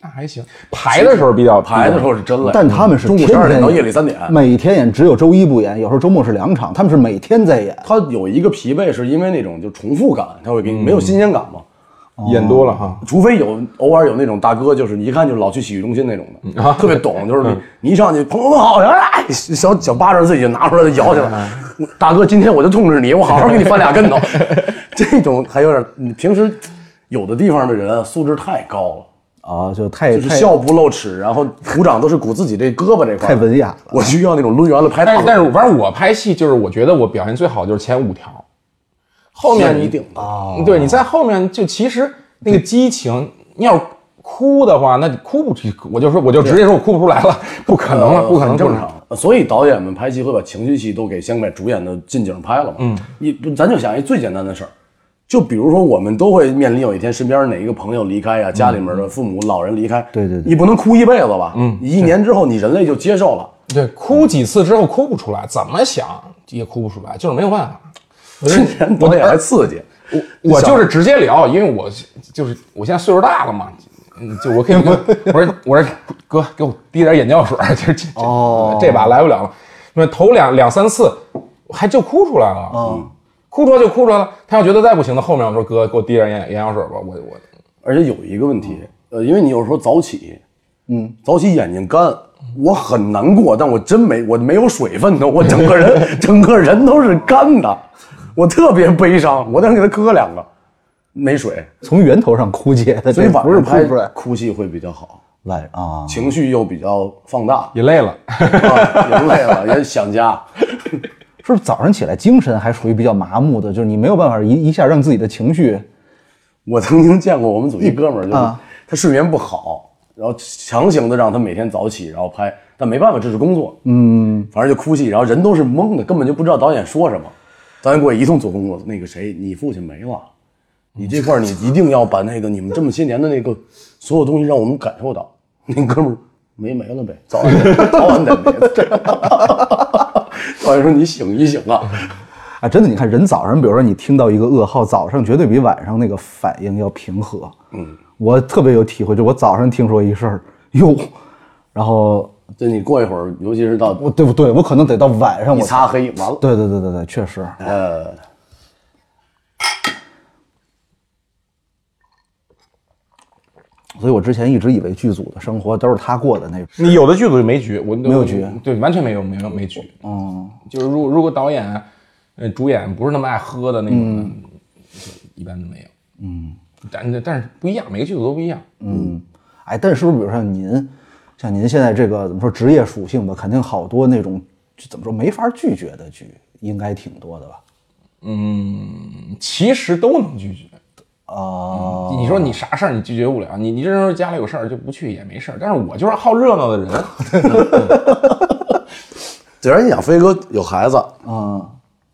那还行。排的时候比较排的时，候是真累，嗯但他们是中午天十二点天嗯到夜里三点。每天演，只有周一不演，有时候周末是两场，他们是每天在演。他有一个疲惫，是因为那种就重复感，他会给你嗯没有新鲜感嘛。哦演多了哈，除非有偶尔有那种大哥，就是你一看就是老去洗浴中心那种的，嗯 特别懂，就是你你一上去，朋友们好，哎，小小巴掌自己就拿出来就摇起来，我大哥，今天我就痛斥你，我好好给你翻俩跟 头。这种还有点，你平时有的地方的人素质太高了，啊，就太就是太笑不露齿，然后鼓掌都是鼓自己这胳膊这块儿， 太文雅了。我需要那种抡圆了拍大但腿是但是我反正我拍戏就是我觉得我表现最好就是前五条，后面你啊一定的对，你在后面就其实那个激情，你要哭的话，那你哭不出，我就说我就直接说我哭不出来了，不可能了，不可能很正正常。常。呃所以导演们拍戏会把情绪戏都给先给主演的近景拍了嘛。嗯，你不咱就想一最简单的事儿，就比如说我们都会面临有一天身边哪一个朋友离开呀、家里面的父母、老人离开，对对对你不能哭一辈子吧？嗯，一年之后你人类就接受了。对，哭几次之后哭不出来，怎么想也哭不出来，就是没有办法。今年导演还刺激，我就是直接聊，因为我就是我现在岁数大了嘛，嗯就我可以跟，我说我说哥给我滴点眼药水儿，就是这这哦这把来不了了。那头两两三次还就哭出来了，嗯哭出来就哭出来了。他要觉得再不行的，后面我说哥给我滴点眼眼药水吧，我我，而且有一个问题，嗯呃，因为你有时候早起，嗯，早起眼睛干，我很难过，但我真没我没有水分的，我整个 人整个人都是干的，我特别悲伤，我得给他磕两个，没水，从源头上枯竭的，所以这晚不是上哭拍出来，哭戏会比较好，晚啊，情绪又比较放 大也累了。啊也累了，也想家，是不是早上起来精神还属于比较麻木的，就是你没有办法一一下让自己的情绪我曾经见过我们组一哥们儿，就是啊他睡眠不好，然后强行的让他每天早起，然后拍，但没办法，这是工作，嗯，反正就哭泣，然后人都是懵的，根本就不知道导演说什么。导演给我一通做工作，那个谁，你父亲没了，你这块儿你嗯一定要把那个你们这么些年的那个 所有东西让我们感受到。那哥们儿没没了呗， 早晚得早晚得没了。 导演说你醒一醒啊，啊，真的，你看人早上，比如说你听到一个噩耗，早上绝对比晚上那个反应要平和。嗯，我特别有体会，就我早上听说一事儿，哟，然后这你过一会儿，尤其是到我对不对？我可能得到晚上一我才。擦黑完了。对对对对对，确实。呃，所以我之前一直以为剧组的生活都是他过的那种。你有的剧组就没局，我没有局，啊对，完全没有没有没局。嗯，就是如果如果导演、呃主演不是那么爱喝的那种，的，嗯就一般都没有。嗯，但但是不一样，每个剧组都不一样。哎，但是不是比如像您，像您现在这个怎么说职业属性吧，肯定好多那种就怎么说没法拒绝的剧，应该挺多的吧？嗯，其实都能拒绝。啊、你说你啥事儿你拒绝不了，你你这时候家里有事儿就不去也没事儿。但是我就是好热闹的人， 既然你想飞哥有孩子，嗯，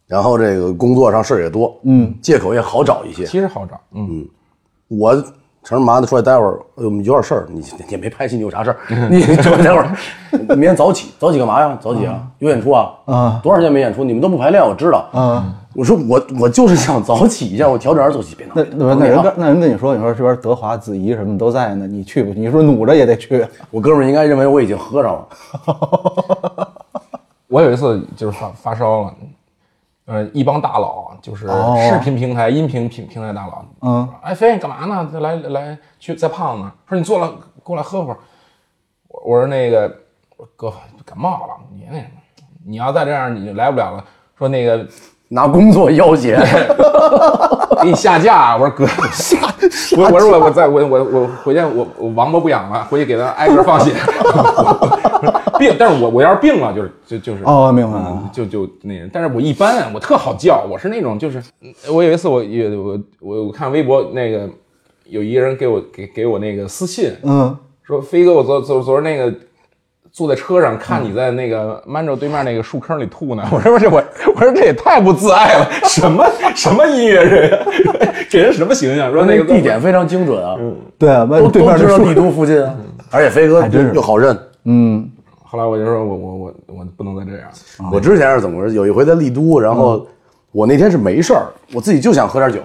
然后这个工作上事儿也多，嗯，借口也好找一些。其实好找。嗯，我成儿麻子出来待会儿，呃有点事儿，你你也没拍戏，你有 啥事儿？你出来待会儿，明天早起，早起干嘛呀？早起啊，有演出啊？啊，多长时间没演出？你们都不排练，我知道。啊，我说我我就是想早起一下，我调整点作息，别闹那别那闹那别人闹跟那人跟你说，你说这边德华、子怡什么都在呢，你去不去？你说努着也得去。我哥们儿应该认为我已经喝上了，我有一次就是发发烧了，呃，一帮大佬，就是哦视频平台、音频平平台大佬，嗯，哎，飞，你干嘛呢？来来去，在胖子那儿说你坐了，过来喝会儿。我我说那个我说哥感冒了，你那什么，你要再这样你就来不了了。说那个拿工作要挟。 给你下架，我说哥 下，我我说我我在我我我回去我我王八不养了，回去给他挨个放血。 病，但是我我要是病了，就是就就是哦，明白了。嗯，就就那，但是我一般啊我特好叫，我是那种就是，嗯我有一次我也我我我看微博那个有一个人给我给给我那个私信嗯，说飞哥，我昨昨昨儿那个坐在车上看嗯你在那个曼州对面那个树坑里吐呢， 我说这我我说这也太不自爱了， 什么什么音乐人啊， 给人什么形象？说那那个个地点非常精准啊，对啊，都问对都面知这道树帝，都附近啊，而且飞哥真是又好认。嗯，后来我就说我我我我不能再这样，我之前是怎么回事？有一回在丽都，然后我那天是没事儿，我自己就想喝点酒，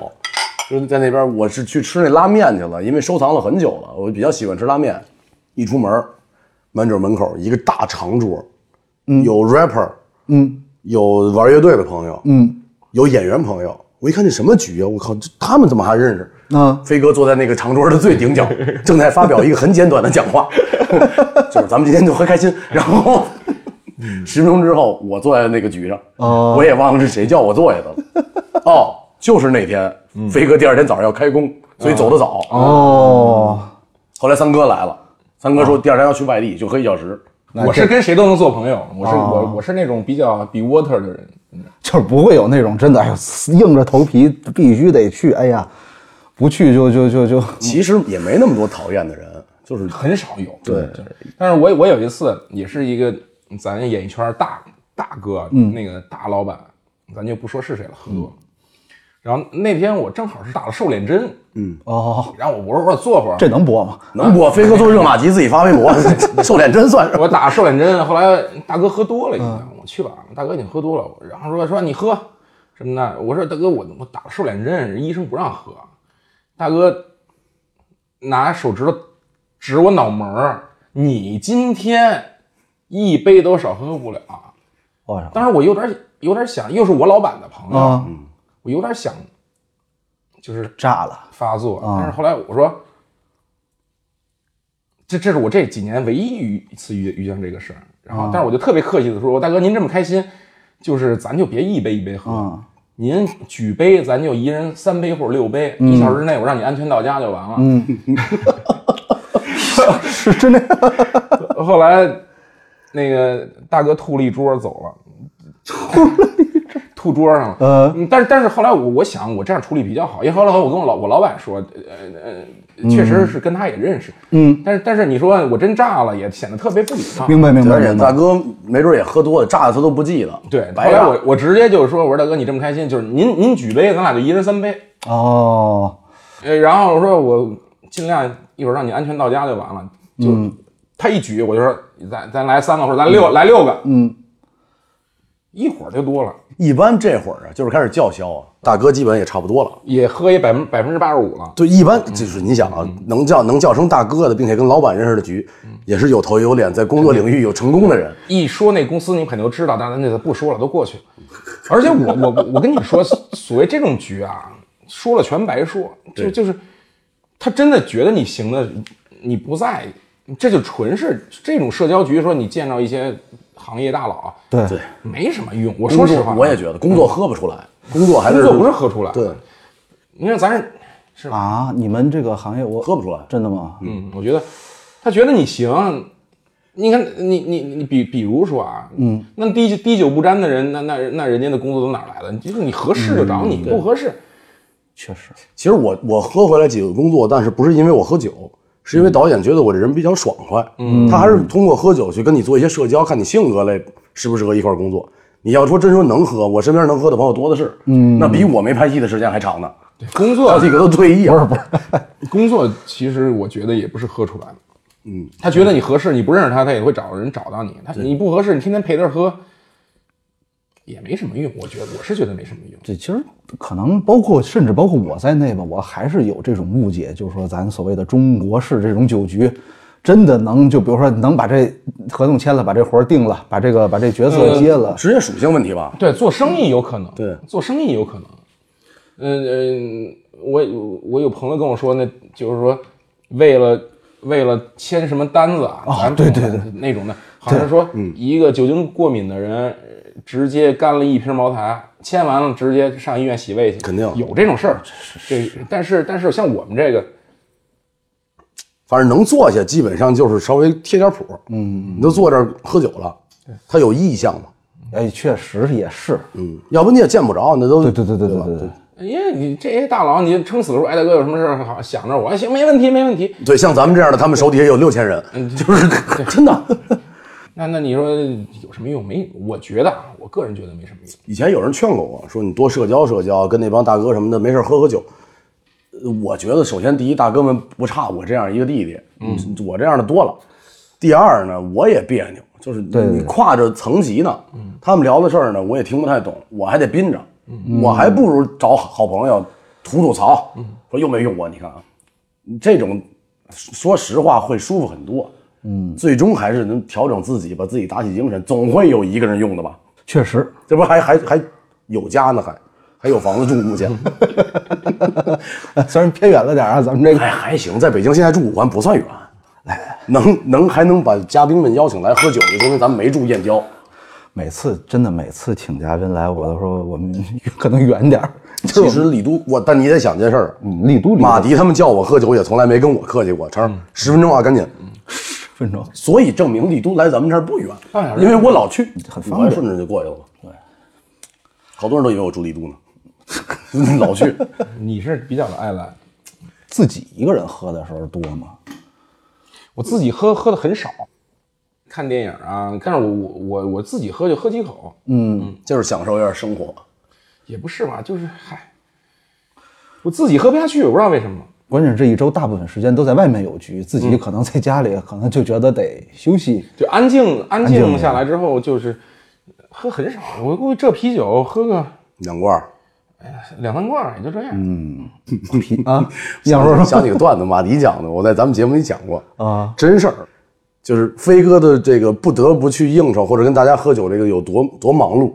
就是在那边我是去吃那拉面去了，因为收藏了很久了，我比较喜欢吃拉面。一出门儿，满酒门口一个大长桌，有 rapper，嗯，有玩乐队的朋友，嗯，有演员朋友。我一看这什么局啊！我靠，这他们怎么还认识？啊飞哥坐在那个长桌的最顶角，正在发表一个很简短的讲话，就是咱们今天就很开心。然后十分钟之后，我坐在那个局上，哦我也忘了是谁叫我坐下的了。哦，就是那天，飞哥第二天早上要开工，所以走得早。哦，后来三哥来了，三哥说第二天要去外地，就喝一小时。我是跟谁都能做朋友，我是哦我我是那种比较比 water 的人，就是不会有那种真的，哎呦，硬着头皮必须得去，哎呀，不去就就就就，其实也没那么多讨厌的人，就是很少有。对，就是，但是我我有一次也是一个咱演艺圈大大哥，那个大老板，咱就不说是谁了，合作。然后那天我正好是打了瘦脸针，哦，然后我我说我坐会儿，这能播吗？能播。飞哥做热玛吉自己发微博， 瘦脸真算是。 我打了瘦脸针，后来大哥喝多了已经，我去吧，大哥已经喝多了，然后说说你喝什么的，我说大哥我我打了瘦脸针，人医生不让喝，大哥拿手指头指我脑门儿，你今天一杯都少喝不了。我操，当时我有点有点想，又是我老板的朋友，啊，我有点想就是炸了，发作，但是后来我说。这这是我这几年唯一遇一次遇遇见这个事儿，然后，但是我就特别客气的说，我大哥您这么开心，就是咱就别一杯一杯喝，嗯您举杯咱就一人三杯或者六杯，嗯一小时之内我让你安全到家就完了。 是真的，后来那个大哥吐了一桌 走了，吐桌上了。嗯嗯，但是但是后来我我想我这样处理比较好，因为后来我跟我老我老板说，呃呃，确实是跟他也认识，嗯，但是但是你说我真炸了，也显得特别不礼 貌。明白明白而且明大白，哥没准也喝多了，炸的他都不记得。对，后白来炸我我直接就是说，我说大哥你这么开心，就是您您举杯，咱俩就一人三杯，哦，呃，然后我说我尽量一会儿让你安全到家就完了，就、他一举我就说咱咱来三个或者咱六、来六个，嗯嗯，一会儿就多了。一般这会儿啊，就是开始叫嚣啊，大哥基本也差不多了。也喝一百分百分之八十五了。对，一般就是你想啊，能叫能叫声大哥的，并且跟老板认识的局，也是有头有脸，在工作领域有成功的人。一说那公司，你肯定都知道，但咱就不说了，都过去了。而且我我我跟你说， 所谓这种局啊，说了全白说，就就是他真的觉得你行的，你不在意，这就纯是这种社交局，说你见到一些行业大佬啊，对对没什么用。我工说作实话，嗯我也觉得工作喝不出来，工作还是工作不是喝出来对，你看咱是是吧？啊，你们这个行业我喝不出来真的吗？嗯，我觉得他觉得你行，你看你你你比比如说啊，嗯，那滴酒滴酒不沾的人，那那那人家的工作都哪儿来的？你就是你合适就找你，不合适确实，其实我我喝回来几个工作，但是不是因为我喝酒，是因为导演觉得我这人比较爽快，嗯，他还是通过喝酒去跟你做一些社交，看你性格类适不适合一块儿工作。你要说真说能喝，我身边能喝的朋友多的是，嗯，那比我没拍戏的时间还长呢。工好作几个都退役了，不是不是，工作其实我觉得也不是喝出来的，嗯，他觉得你合适，你不认识他，他也会找人找到你。他你不合适，你天天陪着喝，也没什么用，我觉得我是觉得没什么用。对，其实可能包括甚至包括我在内吧，我还是有这种误解，就是说咱所谓的中国式这种酒局，真的能就比如说能把这合同签了，把这活儿定了，把这个把这角嗯色接了，职业属性问题吧？对，做生意有可能，对做生意有可能。嗯嗯，我我有朋友跟我说，那就是说，为了为了签什么单子啊，哦咱们这种对对的那种的，好像是说一个酒精过敏的人呃直接干了一瓶茅台，签完了直接上医院洗胃去，肯定有这种事儿。这但是但是像我们这个，反正能坐下，基本上就是稍微贴点谱。嗯，你都坐这儿喝酒了，他有意向嘛？哎，确实也是，嗯，要不你也见不着，那都对对对对对吧对对，因为你这些大佬，你撑死了说，哎，大哥有什么事儿好想着我，行，没问题，没问题。嗯对，像咱们这样的，他们手底下有六千人，就是 真的。那那你说有什么用？没，我觉得啊，我个人觉得没什么用。以前有人劝过我说，你多社交社交，跟那帮大哥什么的，没事儿喝喝酒。呃我觉得首先第一，大哥们不差我这样一个弟弟，嗯，我这样的多了。第二呢，我也别扭，就是对对嗯你跨着层级呢，他们聊的事儿呢，我也听不太懂，我还得憋着，嗯我还不如找好朋友吐吐槽，说用没用过？你看啊，这种说实话会舒服很多。嗯，最终还是能调整自己，把自己打起精神，总会有一个人用的吧。确实 这不还还还有家呢，还还有房子住，目前 虽然偏远了点儿啊，咱们这个还哎还行，在北京现在住五环不算远，哎能能还能把嘉宾们邀请来喝酒，就说明咱们没住燕郊。每次真的每次请嘉宾来，我都说我们 可能远点儿， 就是其实李都我，但你得想件事儿，啊嗯，丽都离马迪他们叫我喝酒也从来没跟我客气过，成嗯十分钟啊，赶紧。十分钟，所以证明丽都来咱们这儿不远半小，时因为我老去，很方便我还顺着就过去了嘛。对，好多人都以为我住丽都呢， 老 去。你是比较的爱来，自己一个人喝的时候多吗？我自己喝喝的很少，看电影啊，但是我我我我自己喝就喝几口，嗯就是享受一下生活，也不是吧，就是嗨，我自己喝不下去，我不知道为什么。关键是这一周大部分时间都在外面有局，自己可能在家里，可能就觉得得休息。就安静安静下来之后，就是喝很少，我估计这啤酒喝个两罐儿。两三罐儿也就这样。啤啊，你 想说什想起个段子，马迪讲的，我在咱们节目里讲过么啊？真事儿，就是飞哥的这个不得不去应酬或者跟大家喝酒这个有多多忙碌。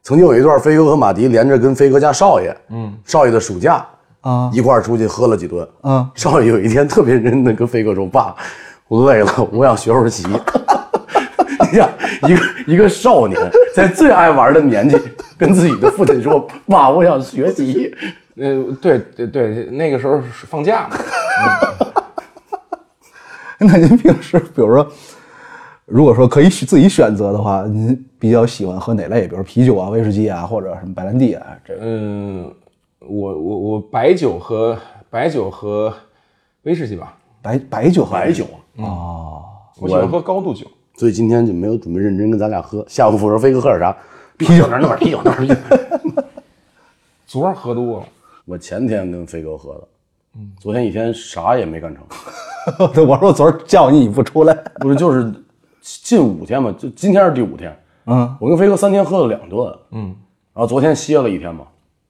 曾经有一段，飞哥和马迪连着跟飞哥家少爷，嗯，少爷的暑假啊一块儿出去喝了几顿。啊，少爷有一天特别认真的跟飞哥说：“爸，我累了，我想学会儿棋。” 你想，一个一个少年在最爱玩的年纪，跟自己的父亲说：“爸，我想学习。”呃，对对对，那个时候是放假嘛，那您平时比如说，如果说可以选自己选择的话，您比较喜欢喝哪类？比如啤酒啊、威士忌啊，或者什么白兰地啊？这个嗯，我我我白酒和白酒和威士忌吧，白白酒喝啊白酒我喜欢喝高度酒。所以今天就没有准备认真跟咱俩喝。下午我说飞哥喝点啥？啤酒那 儿弄点啤酒那儿啤酒。昨儿喝多了，我前天跟飞哥喝的，昨天一天啥也没干成，对， 我说我昨儿叫你你不出来，不是就是近五天嘛，就今天是第五天。嗯，我跟飞哥三天喝了两顿，嗯，然后昨天歇了一天嘛，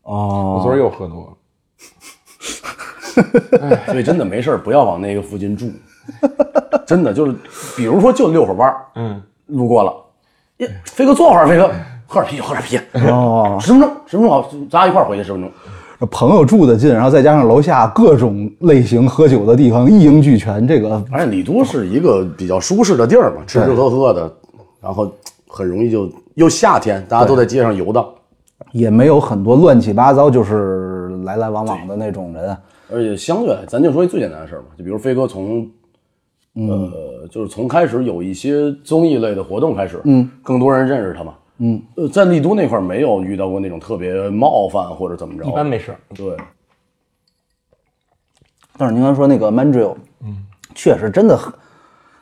哦我昨儿又喝多了。所以真的没事儿不要往那个附近 住，真的就是，比如说就遛会儿弯儿，嗯，路过了，耶，飞哥坐会儿，飞哥喝点啤酒，喝点啤酒，哦，十分钟，十分钟好，咱俩一块儿回去十分钟。朋友住的近，然后再加上楼下各种类型喝酒的地方一应俱全，这个而且李都是一个比较舒适的地儿嘛，吃吃喝喝的，然后很容易就又夏天，大家都在街上游荡，也没有很多乱七八糟，就是来来往往的那种人啊。而且相对来，咱就说一最简单的事儿嘛，就比如飞哥从，呃，就是从开始有一些综艺类的活动开始，嗯，更多人认识他嘛，嗯，呃，在丽都那块儿没有遇到过那种特别冒犯或者怎么着，一般没事儿。对，但是您刚才说那个 Mandrill，嗯，确实真的很，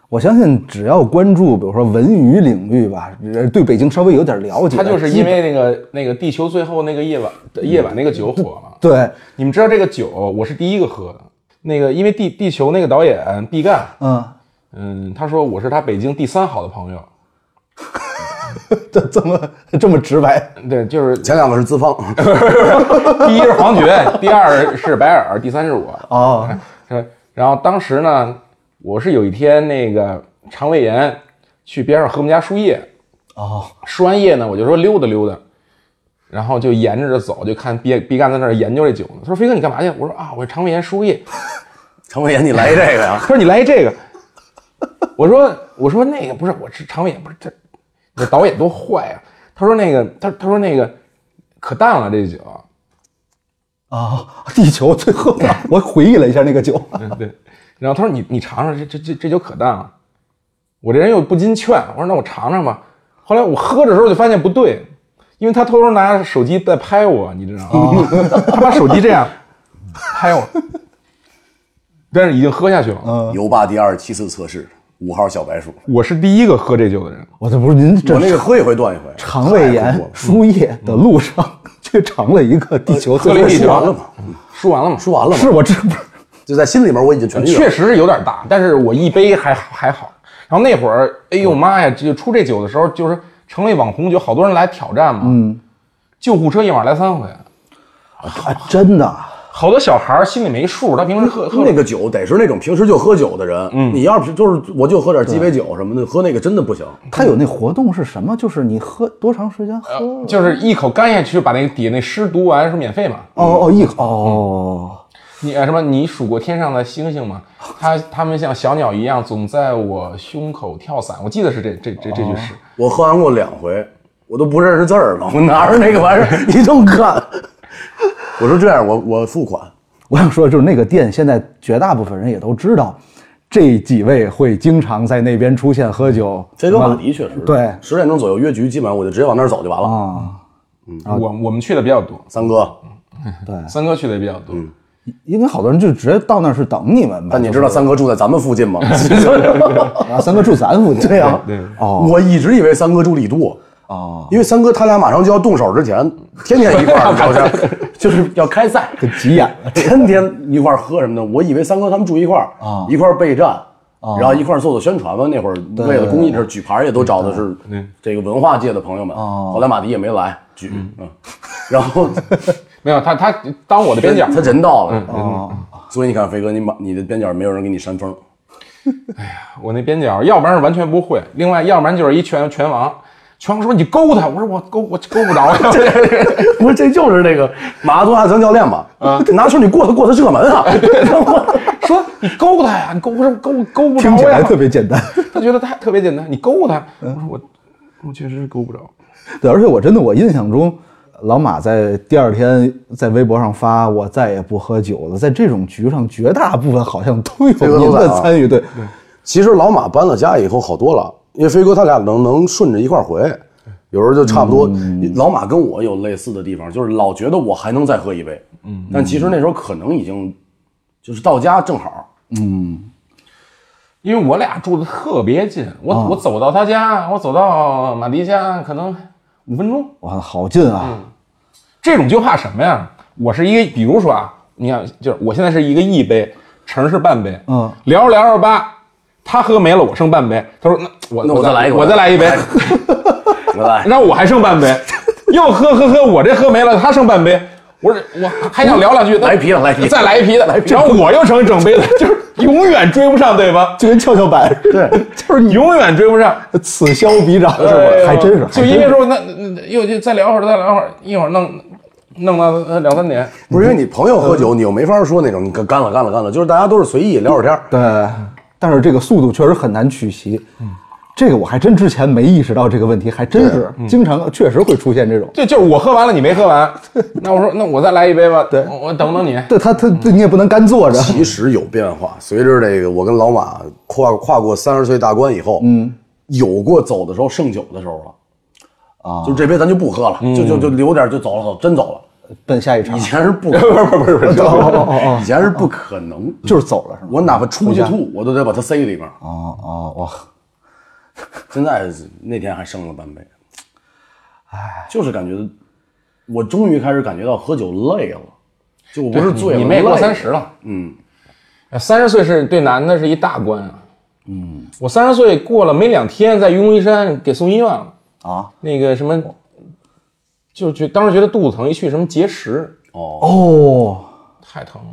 我相信只要关注，比如说文娱领域吧，呃对北京稍微有点了解的，他就是基因为那个那个地球最后那个夜晚夜晚那个酒火了。对， 你们知道这个酒，我是第一个喝的。那个因为地地球那个导演毕赣，嗯，嗯，他说我是他北京第三好的朋友。这这么这么直白，对， 就是前两个是资方，第一是黄觉，第二是白耳，第三是我。哦，是然后当时呢，我是有一天那个肠胃炎，去边上喝我们家输液，哦，输完液呢，我就说溜达溜达，然后就沿着着走，就看毕毕赣在那儿研究这酒呢。他说：“飞哥，你干嘛去？”我说：“啊，我肠胃炎输液。”程伟炎，你来一这个 呀？他说：“你来一这个。” 我说：“我说那个不是，我是肠胃炎，不是这，那导演多坏啊！”他说：“那个，他他说那个可淡了这酒。”啊，地球最后的，我回忆了一下那个酒， 对，然后他说你你尝尝这这这这酒可淡了，我这人又不经劝，我说那我尝尝吧。后来我喝的时候就发现不对，因为他偷偷拿手机在拍我，你知道吗？他把手机这样拍我，但是已经喝下去了。油坝第二七次测试，五号小白鼠，我是第一个喝这酒的人，我这不是您我这那个喝一回断一 回，肠胃太不炎错了输液的路上去尝了一个地球喝最后了一呃地是球输完了嘛，输完了嘛？输完了嘛，是我这不是就在心里面我已经痊愈确了。实是有点大，但是我一杯还好还好。然后那会儿，哎呦妈呀，就出这酒的时候，就是成为网红酒，好多人来挑战嘛。嗯，救护车一晚来三回。啊，真的好多小孩儿心里没数，他平 时喝喝那个酒得是那种平时就喝酒的人，嗯，你要是就是我就喝点鸡尾酒什么的，喝那个真的不行。他有那活动是什么？就是你喝多长时间喝？就是一口干下去，把那个底下那诗读完是免费嘛？哦哦，一口哦，你呃什么？你数过天上的星星吗？他他们像小鸟一样，总在我胸口跳伞。我记得是这这这这句诗。我喝完过两回，我都不认识字儿了，我拿着那个玩意 儿一顿看。我说这样，我我付款，我想说，就是那个店，现在绝大部分人也都知道，这几位会经常在那边出现喝酒。飞哥马迪确实对十点钟左右约局，基本上我就直接往那儿走就完了。啊，我我们去的比较多，三哥，哦嗯三哥去的也比较多。应该好多人就直接到那儿去等你们吧。啊但你知道三哥住在咱们附近哦吗？啊，三哥住咱附近。对呀，对，哦 我一直以为三哥住丽都，哦，因为三哥他俩马上就要动手之前，天天一块 儿聊天，就是要开赛，可急眼了。啊天天一块儿喝什么的。我以为三哥他们住一块儿啊一块儿备战。然后一块儿做做宣传嘛，那会儿为了公益这举牌也都找的是这个文化界的朋友们。哦后来马迪也没来举，啊嗯，然后没有他他当我的边角他，人到了，嗯哦，所以你看，飞哥，你马你的边角没有人给你扇 风，我那边角，要不然是完全不会，另外要不然就是一拳拳王。拳王说你勾他，我说我勾我勾不着呀。不是，这就是那个马拉多纳当教练吧？啊，拿球你过他过他射门 啊！说你勾他呀，你勾我勾勾不着呀。听起来特别简单。 他觉得他特别简单，你勾他。我说我，我确实是勾不着。对，而且我真的我印象中，老马在第二天在微博上发“我再也不喝酒了”，在这种局上，绝大部分好像都这个有都您在的啊参与。对，其实老马搬了家以后好多了，因为飞哥他俩能能顺着一块儿回，有时候就差不多。老马跟我有类似的地方，就是老觉得我还能再喝一杯，嗯，但其实那时候可能已经就是到家正 好，因为我俩住的特别近，我、我走到他家，我走到马迪家可能五分钟。哇，好近啊！这种就怕什么呀？我是一个，比如说啊，你看，就是我现在是一个一杯，晨是半杯，嗯，聊着聊着吧，他喝没了，我剩半杯。他说那我那我再来一个我再来一 杯，回来。然后我还剩半杯，又喝喝喝，我这喝没了，他剩半杯。我说我还想聊两句，来一啤的来一啤的再来一啤的，然后我又成整杯的，就是永远追不上对方，就跟跷跷板似的，就是永远追不上。此消彼长，是哎吧？呦还真是，就还因真为是说那那又就再聊会儿，再聊会儿，一会儿弄弄到呃两三点。不是因为你朋友喝酒，你又没法说那种你干干了干了干了，就是大家都是随意聊会儿天儿。对，但是这个速度确实很难取息。这个我还真之前没意识到这个问题，还真是经常确实会出现这种。对，就是我喝完了，你没喝完，那我说那我再来一杯吧，对，我等等你。对他，他对你也不能干坐着。其实有变化，随着这个我跟老马跨跨过三十岁大关以后，嗯，有过走的时候剩酒的时候了，啊，嗯就这杯咱就不喝了，就就就留点就走了走，真走了。奔下一场哦以，前是 不，不是不是不是， 啊以前是不可能，就是走了是吗？我哪怕出去吐，我都得把它塞里面。哦哦哇！现在是那天还剩了半杯，哎，就是感觉我终于开始感觉到喝酒累了，就我不是醉了，嗯你们也过累了三十了，嗯，三十岁是对男的是一大关啊。嗯，我三十岁过了没两天，在愚公移山给送医院了。啊，那个什么，就觉当时觉得肚子疼，一去什么结石，哦，太疼了。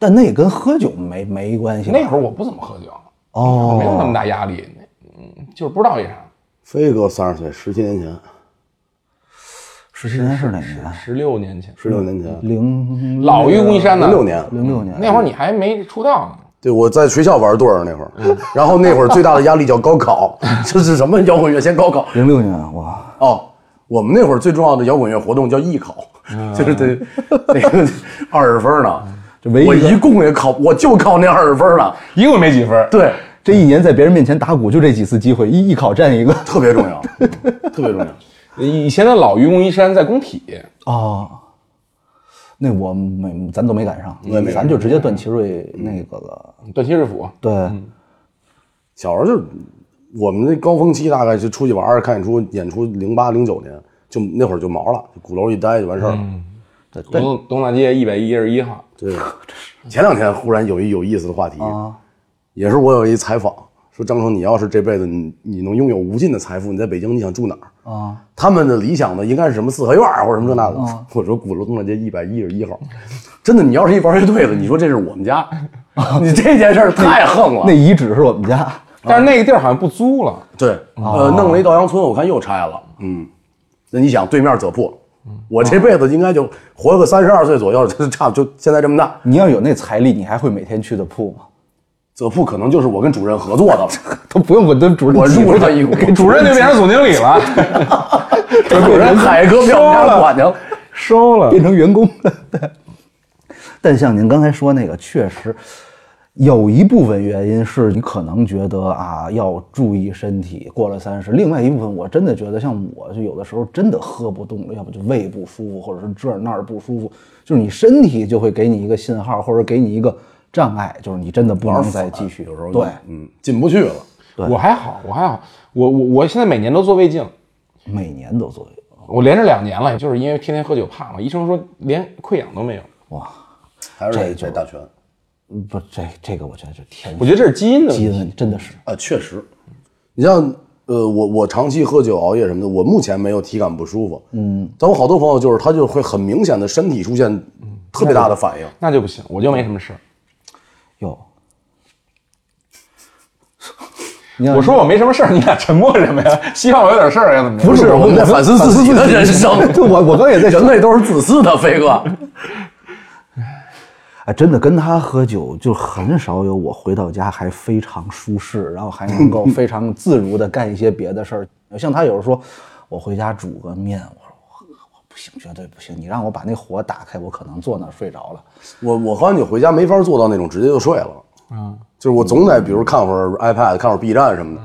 但那也跟喝酒没没关系吧。那会儿我不怎么喝酒，没有那哦，么大压力，嗯，就是不知道为啥。飞哥三十岁，十七年前，十七年是哪年？十六年前，十六年前，零老于吴一山呢？嗯零六年，零六年。那会儿你还没出道呢。对，我在学校玩对儿那会儿，然后那会儿最大的压力叫高 考，这是什么摇滚乐先高考？零六年哇，哦，我们那会儿最重要的摇滚乐活动叫艺考， 就是得那个 二十分呢，这唯一一个我一共也考，我就考那二十分了，一共没几分，对，这一年在别人面前打鼓就这几次机会，一一考占一个。特别重要，嗯 特别重要。以前的老于吴一山在工体，哦，那我没，咱都没赶上我也没赶，上嗯咱就直接段祺瑞那个了。段祺瑞府，对，小时候就我们那高峰期大概是出去玩儿看演出，演出零八零九年就那会儿就毛了，鼓楼一待就完事儿了。东东大街一百一十一号，对，前两天忽然有一有意思的话题，也是我有一采访，说张成，你要是这辈子你你能拥有无尽的财富，你在北京你想住哪儿？啊，他们的理想呢应该是什么四合院儿或者什么这那的。嗯 我说鼓楼东大街一百一十一号，真的，你要是一玩乐队的，你说这是我们 家，你这件事儿太横了那。遗址是我们家。但是那个地儿好像不租了，对，哦呃，弄了一稻香村，我看又拆了。嗯，那你想对面泽铺，嗯我这辈子应该就活个三十二岁左右， 就差不多就现在这么大。你要有那财力，你还会每天去的铺吗？泽铺可能就是我跟主任合作 的了。都不用我跟主任我挤入了了他一股，给主任就变成总经理了，主任海哥票我们管去了。收了。变成员工 了。对但像您刚才说那个，确实有一部分原因是你可能觉得啊要注意身体，过了三十；另外一部分，我真的觉得像我就有的时候真的喝不动了，要不就胃不舒服，或者是这儿那儿不舒服，就是你身体就会给你一个信号，或者给你一个障碍，就是你真的不能再继续。有时候对，嗯，进不去了。我还好，我还好，我我我现在每年都做胃镜，每年都做一个我连着两年了，就是因为天天喝酒胖了，医生说连溃疡都没有，还是这得就得大全嗯不，这这个我觉得是天我觉得这是基因的基问题。因真的是啊，确实。你像呃，我我长期喝酒熬夜什么的，我目前没有体感不舒服。嗯，但我好多朋友就是他就会很明显的身体出现特别大的反应。那就不行，我就没什么事儿。有。你看我说我没什么事儿，你俩沉默什么呀？希望我有点事儿啊呀？怎么着？不是，我们在反思自己的人生。 对，我我刚也在人想，类都是自私的，飞哥。哎，真的跟他喝酒就很少有我回到家还非常舒适，然后还能够非常自如的干一些别的事儿。像他有时候说，我回家煮个面，我说我我不行，绝对不行，你让我把那火打开，我可能坐那儿睡着了。我我喝完酒回家没法做到那种直接就睡了。嗯，就是我总得比如看会儿 iPad，看会儿 B 站什么的，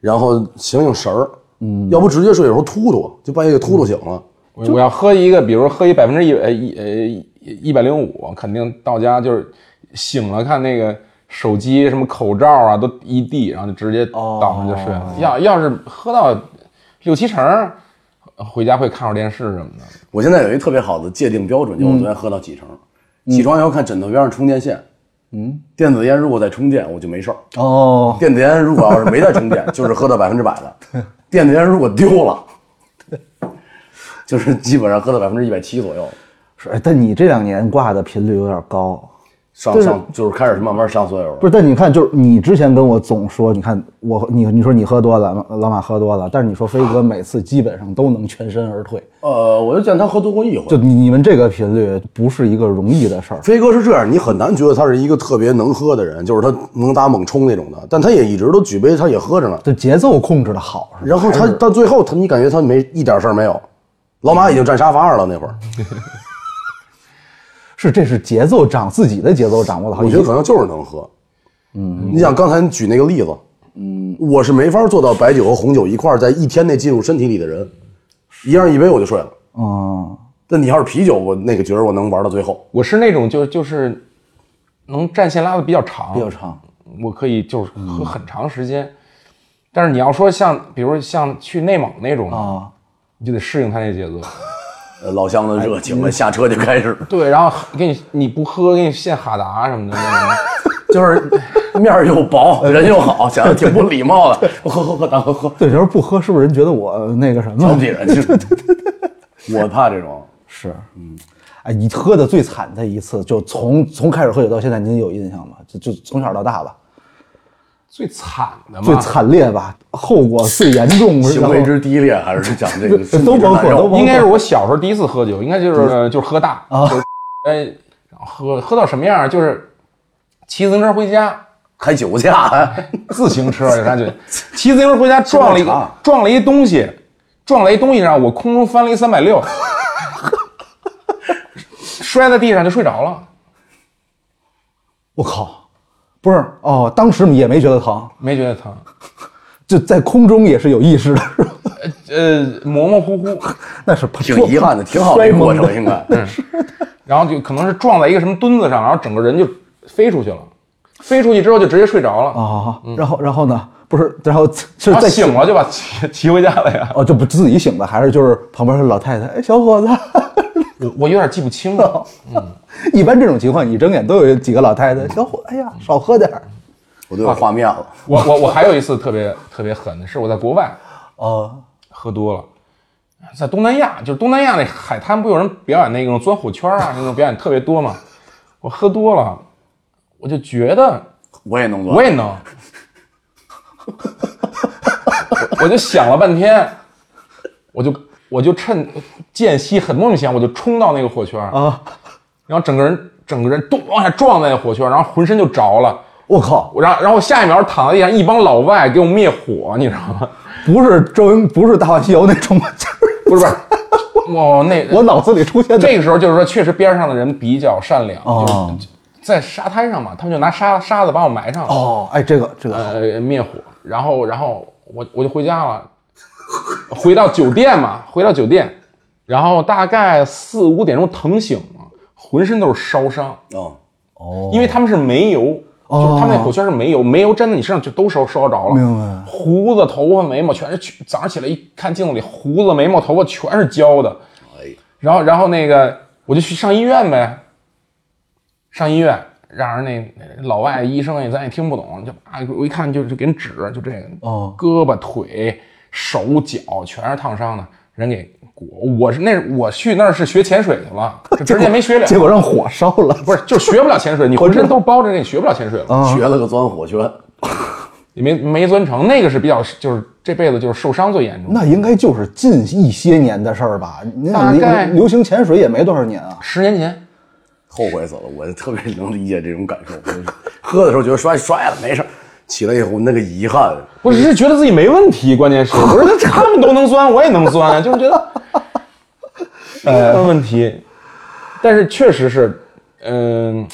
然后醒醒神儿。嗯，要不直接睡，有时候突突，就半夜给突突醒了。我我要喝一个，比如喝一百分之一呃一呃一百零五，肯定到家就是醒了，看那个手机什么口罩啊都一地，然后就直接哦倒上就睡了。要要是喝到六七成儿，回家会看会儿电视什么的。我现在有一特别好的界定标准，就我昨天喝到几成，起床以后看枕头边上充电线，嗯，电子烟如果在充电，我就没事儿；哦，电子烟如果要是没在充电，就是喝到百分之百的；电子烟如果丢了，就是基本上喝到百分之一百七左右，是，哎但你这两年挂的频率有点高。上上就是开始慢慢上岁数了不。是，但你看，就是你之前跟我总说，你看我，你你说你喝多了，老马喝多了，但是你说飞哥每次基本上都能全身而退，呃，我就见他喝多过一回就。你你们这个频率不是一个容易的事儿。飞哥是这样，你很难觉得他是一个特别能喝的人，就是他能打猛冲那种的，但他也一直都举杯，他也喝着呢。就节奏控制的好，是吧然后他到最后，他你感觉他没一点事儿没有，老马已经占沙发上了那会儿。是这是节奏掌自己的节奏掌握的好。我觉得可能就是能喝。嗯，你想刚才你举那个例子，嗯，我是没法做到白酒和红酒一块儿在一天内进入身体里的人，一样一杯我就睡了。嗯，但你要是啤酒，我那个觉儿我能玩到最后。我是那种就就是能战线拉的比较长，比较长，嗯我可以就是喝很长时间。但是你要说像比如像去内蒙那种啊，你就得适应他那节 奏。呃老乡的热情了，下车就开始，对，然后给你你不喝，给你现哈达什么的，那种就是面儿又薄，人又好，显得挺不礼貌的。喝喝喝，大哥喝，对，要是不喝，是不是人觉得我那个什么？瞧不起人就是。我怕这种，是，嗯，哎，你喝的最惨的一次，就从从开始喝酒到现在，您有印象吗？就就从小到大吧，最惨的嘛，最惨烈吧，后果最严重，行为然后之低劣还是讲这个身体都之包括难受都包括应该是我小时候第一次喝酒，应该就是呃就是喝大啊，就是哎，然后喝喝到什么样儿？就是骑自行车回家，开酒驾，自行车有啥酒？ 骑自行车回家撞了一现在个查撞了一东西，撞了一东西上，我空中翻了一三百六，摔在地上就睡着了，我靠，不是哦，当时也没觉得疼，没觉得疼，就在空中也是有意识的， 是吧？呃，模模糊糊，那是挺遗憾的，挺好的一摔个过懵的程，应该。然后就可能是撞在一个什么墩子上，然后整个人就飞出去了，飞出去之后就直接睡着了，啊。然后然后呢？不是，然啊后是然后在哦醒了就把骑 骑回家了呀。哦，就不自己醒的，还是就是旁边的老太太？哎，小伙子， 我我有点记不清 了，一般这种情况，你睁眼都有几个老太太。小伙，哎呀，少喝点儿。我都有画面了，我我我还有一次特别特别狠的是我在国外哦，喝多了，在东南亚，就是东南亚那海滩不有人表演那种钻火圈啊，那种表演特别多嘛。我喝多了，我就觉得我也能做。我也能， 我我就想了半天，我就我就趁间隙很莫名其妙，我就冲到那个火圈啊，然后整个人整个人咚往下撞在那火圈，然后浑身就着了。我靠，我然后然后下一秒躺在地上，一帮老外给我灭火，你知道吗？不是周云，不是《大话西游》那种， 就是不是不是，我 那我脑子里出现的。这个时候就是说，确实边上的人比较善良，哦就是在沙滩上嘛，他们就拿沙沙子把我埋上了，哦，哎，这个这个好，呃，灭火，然后然后我我就回家了，回到酒店嘛，回到酒店，然后大概四五点钟疼醒了，浑身都是烧伤，嗯，哦因为他们是煤油。就是他们那火圈是煤油，煤油沾在你身上就都烧烧着了。明白胡子、头发、眉毛全是去，早上起来一看镜子里，胡子、眉毛、头发全是焦的。哎然后然后那个我就去上医院呗，上医院让人那老外医生也咱也听不懂，就啊我一看就就给人指就这个，哦胳膊腿手脚全是烫伤的，人给裹。我是那我去那儿是学潜水 去了，就直接没学了，结果让火烧了，不是就学不了潜水，你 浑身都包着那学不了潜水了，啊学了个钻火圈，也没没钻成，那个是比较就是这辈子就是受伤最严重的。那应该就是近一些年的事儿吧？你大想，流概流行潜水也没多少年啊。十年前，后悔死了。我特别能理解这种感受，就是喝的时候觉得摔摔了没事儿，起来以后那个遗憾，我只是觉得自己没问题，关键是我说他们都能钻，我也能钻，就是觉 得没问题。但是确实是，嗯、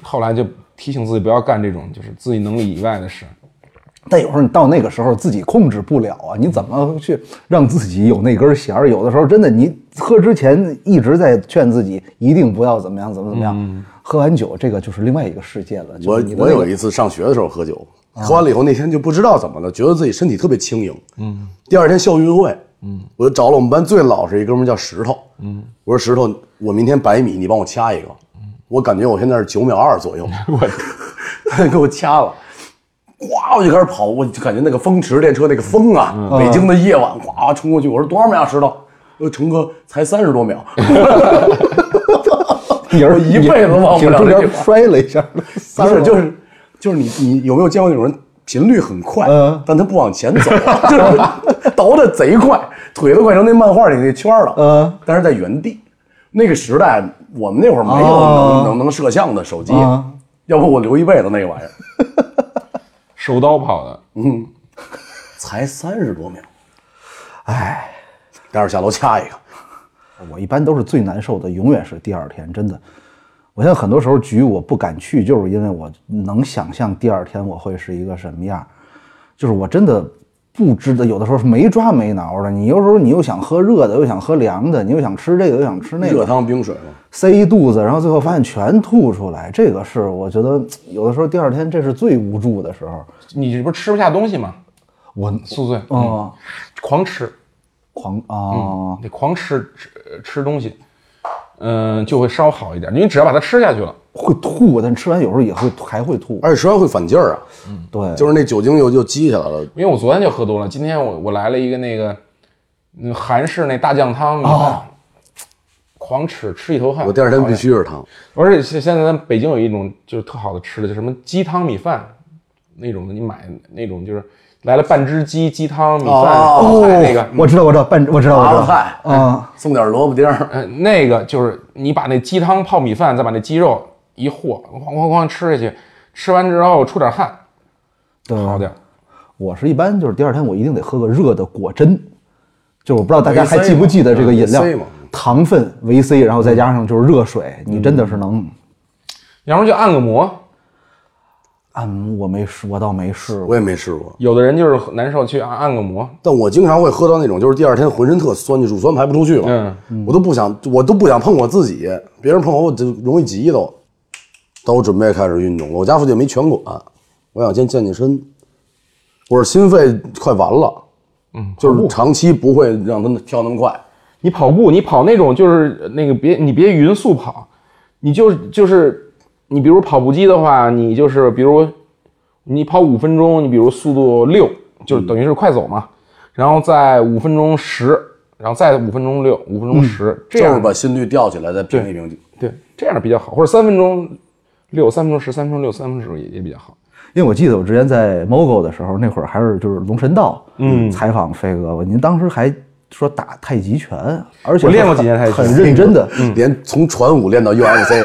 后来就提醒自己不要干这种就是自己能力以外的事。但有时候你到那个时候自己控制不了啊，你怎么去让自己有那根弦儿？有的时候真的，你喝之前一直在劝自己一定不要怎么样，怎么怎么样。喝完酒，这个就是另外一个世界了。就我是你的我那有个一次上学的时候喝酒，喝完了以后那天就不知道怎么了，觉得自己身体特别轻盈。嗯，第二天校运会，嗯，我就找了我们班最老实一哥们儿叫石头。嗯，我说石头，我明天百米你帮我掐一个。嗯我感觉我现在是九秒二左右，我他 给我掐了。呱，我就开始跑，我就感觉那个风驰电车那个风啊，嗯北京的夜晚，呱冲过去，我说多少秒，石头？呃，成哥才三十多 秒，也是一辈子忘不了中这间句话摔了一下，不是，就是就是你你有没有见过那种人频率很快，嗯但他不往前走， 就是倒的贼快，腿都快成那漫画里那圈了，嗯，但是在原地。那个时代，我们那会儿没有能、哦能能摄像的手机，啊要不我留一辈子那个玩意儿，手刀跑的，才三十多秒，哎，待会儿下楼掐一个，我一般都是最难受的，永远是第二天，真的。我现在很多时候局我不敢去，就是因为我能想象第二天我会是一个什么样儿，就是我真的不知道，有的时候是没抓没挠的。你有时候你又想喝热的，又想喝凉的，你又想吃这个，又想吃那热个，汤冰水嘛，塞一肚子，然后最后发现全吐出来。这个是我觉得有的时候第二天这是最无助的时候。你这不是吃不下东西吗？我宿醉，啊、嗯，狂吃，狂啊、嗯呃得狂吃吃吃东西，嗯、就会稍好一点，因为只要把它吃下去了，会吐，但吃完有时候也会还会吐。而且吃完会反劲儿啊，对，就是那酒精又又激起来了。因为我昨天就喝多了，今天我我来了一个那个，那个韩式那大酱汤，你看，狂吃吃一头汗。哦我第二天讨必厌，须是汤，而且现现在咱北京有一种就是特好的吃的，就什么鸡汤米饭那种的，你买那种就是来了半只鸡鸡汤米饭，哦菜那个。我知道，我知道，半我知道，我麻知辣道菜啊，送点萝卜丁儿，呃，那个就是你把那鸡汤泡米饭，再把那鸡肉一和，哐哐哐吃下去，吃完之后出点汗，对，好点儿。我是一般就是第二天我一定得喝个热的果珍，就是我不知道大家还 VC 记不记得这个饮料嘛，VC 嘛糖分、维 C，然后再加上就是热水，你真嗯的是能要不然就按个摩。按摩我没试，我倒没试过。我也没试过。有的人就是难受去按按个摩，但我经常会喝到那种，就是第二天浑身特酸，就乳酸排不出去嘛，嗯我都不想，我都不想碰我自己，别人碰我我就容易急都。但我准备开始运动了，我家附近没拳馆，我想先健健身。我是心肺快完了，嗯，就是长期不会让它跳那么快，你跑步，你跑那种就是呃那个别你别匀速跑，你就就是你比如跑步机的话，你就是比如你跑五分钟，你比如速度六，嗯就是等于是快走嘛，然后再五分钟十，然后再五分钟六，五分钟十、这嗯就是样把心率吊起来，再平一平。对这样比较好，或者三分钟六，三分钟十，三分钟六，三分钟十也也比较好。因为我记得我之前在 MOGO 的时候，那会儿还是就是龙神道，嗯，采访飞哥，您当时还说打太极拳，而且我练是过几年太极拳很认真的。嗯连从传武练到 UFC，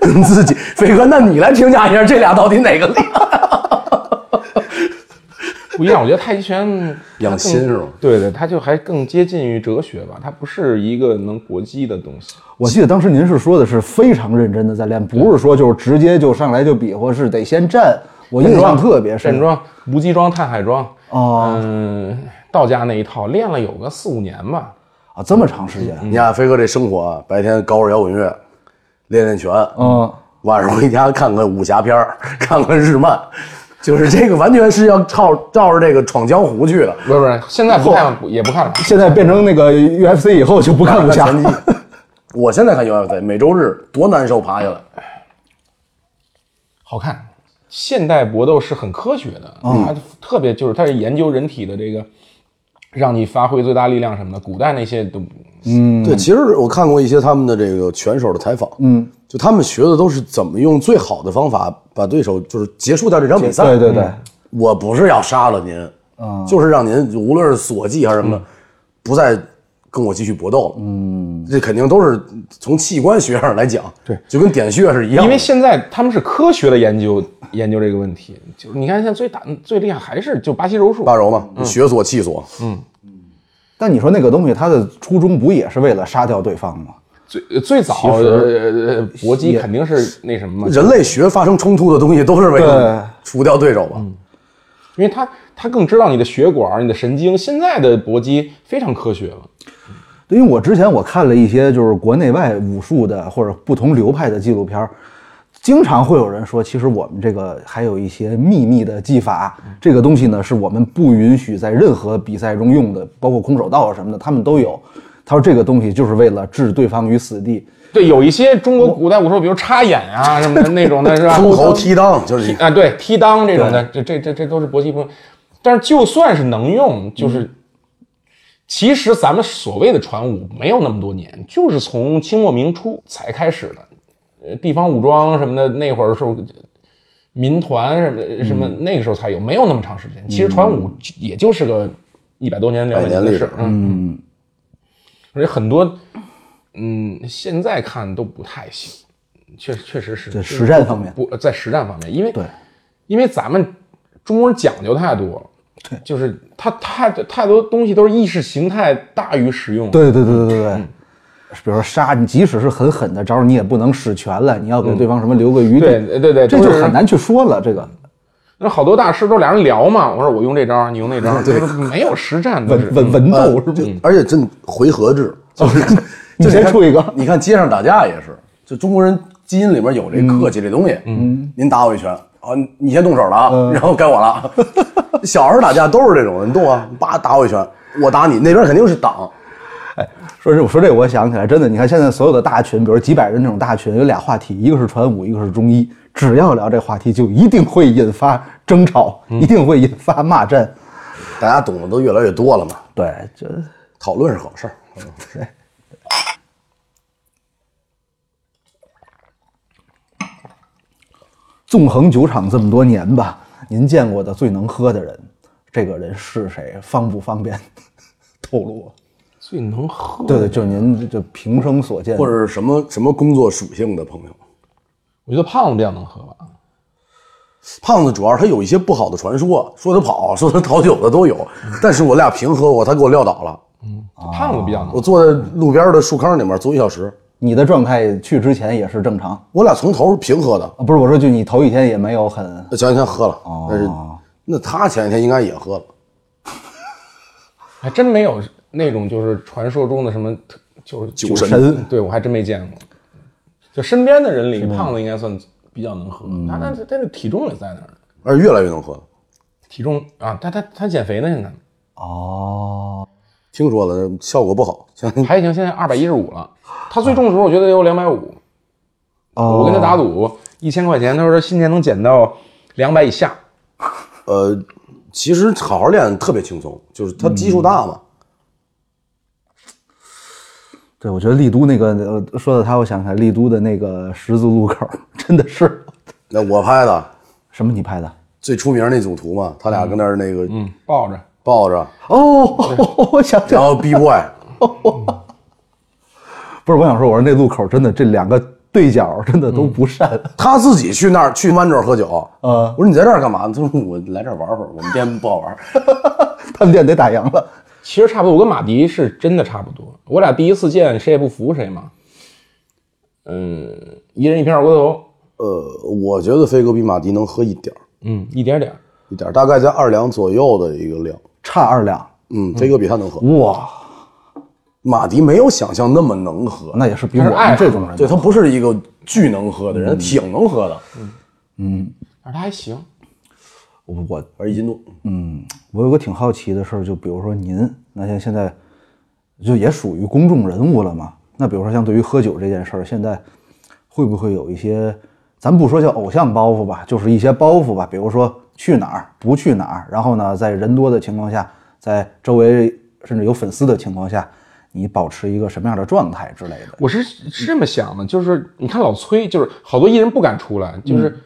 跟自己飞哥，那你来评价一下这俩到底哪个厉 害？不一样，我觉得太极拳它养心更是吗对对，它就还更接近于哲学吧，它不是一个能搏击的东西。我记得当时您是说的是非常认真的在练，不是说就是直接就上来就比划，是得先站。我印象特别深站，桩、无极桩、碳海桩，哦嗯，道家那一套练了有个四五年吧。啊，这么长时间，你看飞哥这生活啊，白天搞会儿摇滚乐，练练拳，嗯，晚上回家看看武侠片儿， 看看日漫，就是这个完全是要照照着这个闯江湖去的。不是不是，现在不看也不看了。现在变成那个 UFC 以后就不看武侠看拳击，我现在看 UFC，每周日多难受，爬下来。好看。现代搏斗是很科学的，它特别就是它是研究人体的这个，让你发挥最大力量什么的。古代那些都嗯对，其实我看过一些他们的这个拳手的采访，嗯，就他们学的都是怎么用最好的方法把对手就是结束掉这场比赛。对对对，嗯我不是要杀了您，就是让您无论是锁技还是什么，不再跟我继续搏斗了。嗯，这肯定都是从器官学上来讲，对，就跟点穴是一样的。因为现在他们是科学的研究研究这个问题，就是你看现在最大最厉害还是就巴西柔术八，柔嘛，血锁气锁，但你说那个东西，它的初衷不也是为了杀掉对方吗？最最早呃搏击肯定是那什么嘛，人类学发生冲突的东西都是为了除掉对嗯手吧？因为他他更知道你的血管、你的神经。现在的搏击非常科学了，对，因为我之前我看了一些就是国内外武术的或者不同流派的纪录片儿，经常会有人说，其实我们这个还有一些秘密的技法，这个东西呢是我们不允许在任何比赛中用的，包括空手道啊什么的，他们都有。他说这个东西就是为了置对方于死地。对，有一些中国古代武术，比如插眼啊什么的那种 的，是吧？封喉踢裆就是你啊，对，踢裆这种的，这这这这都是搏击不用。但是就算是能用，就是、其实咱们所谓的传武没有那么多年，就是从清末明初才开始的。呃，地方武装什么的，那会儿是民团什么的什么，那个时候才有，没有那么长时间。其实传武也就是个一百多年、两百百年年的历史事儿。嗯，而且很多，嗯，现在看都不太行，确实确实是对实战方面不在实战方面，因为对，因为咱们中国人讲究太多了，对，就是他太太多东西都是意识形态大于实用，，对对对对对对。嗯比如说杀你，即使是很狠的招儿，你也不能使全了，你要给嗯对方什么留个余地，对对对这就都是很难去说了。这个那好多大师都俩人聊嘛，我说我用这招，你用那 招，对，没有实战都是文文文斗是呃就不？而且真回合制， 就是你就先看出一个你看街上打架也是，就中国人基因里面有这客气这东西。嗯，您打我一拳啊，你先动手了啊，嗯然后该我了 啊。小时候打架都是这种，你动啊，叭打我一拳，我打你，那边肯定是挡。哎，说这我说这我想起来，真的，你看现在所有的大群，比如几百人那种大群，有俩话题，一个是传武，一个是中医，只要聊这话题，就一定会引发争吵，嗯一定会引发骂战。大家懂得都越来越多了嘛，对，这讨论是好事儿。纵横酒厂这么多年吧，您见过的最能喝的人，这个人是谁？方不方便 透露我？最能喝，对对，就是您这这平生所见，或者是什么什么工作属性的朋友，我觉得胖子比较能喝吧。胖子主要是他有一些不好的传说，说他跑，说他讨酒的都有，但是我俩平喝过，他给我撂倒了。啊胖子比较能我坐在路边的树坑里面坐一小时，你的状态去之前也是正常我俩从头平喝的，啊，不是我说，就你头一天也没有很那前两天喝了，但是那他前两天应该也喝了。还真没有那种就是传说中的什么特，就是酒神对我还真没见过。就身边的人里，胖子应该算比较能喝，嗯他他他的体重也在那儿呢，而且越来越能喝了。体重啊，他他他减肥呢，现在哦，听说了，效果不好。 像还行，现在二百一十五了。他最重的时候，我觉得也有两百五。哦我跟他打赌一千块钱，他说今年能减到两百以下。呃，其实好好练特别轻松，就是他基数大嘛。对，我觉得丽都那个呃说到他，我想起来丽都的那个十字路口，真的是那我拍的什么？你拍的？最出名那组图嘛，他俩跟那儿那个嗯，抱着抱着，嗯哦，我想起来然，后 B boy 不是，我想说，我说那路口真的这两个对角真的嗯都不善，他自己去那儿去湾州喝酒。嗯我说你在这儿干嘛？他说我来这儿玩会儿，我 们店不好玩。他们店得打烊了。其实差不多，我跟马迪是真的差不多。我俩第一次见，谁也不服谁嘛。嗯，一人一瓶二锅头，呃，我觉得飞哥比马迪能喝一点儿，嗯，一点点儿。一点儿，大概在二两左右的一个量。差二两，嗯，飞哥比他能喝。哇，马迪没有想象那么能喝，那也是比我他是爱们好这种人对他不是一个巨能喝的人，挺能喝的，但是他还行，我我而一斤多。我有个挺好奇的事儿，就比如说您，那像现在就也属于公众人物了嘛？那比如说像对于喝酒这件事儿，现在会不会有一些，咱不说叫偶像包袱吧，就是一些包袱吧，比如说去哪儿不去哪儿，然后呢，在人多的情况下，在周围甚至有粉丝的情况下，你保持一个什么样的状态之类的？我是是这么想的，就是你看老崔，就是好多艺人不敢出来，就是，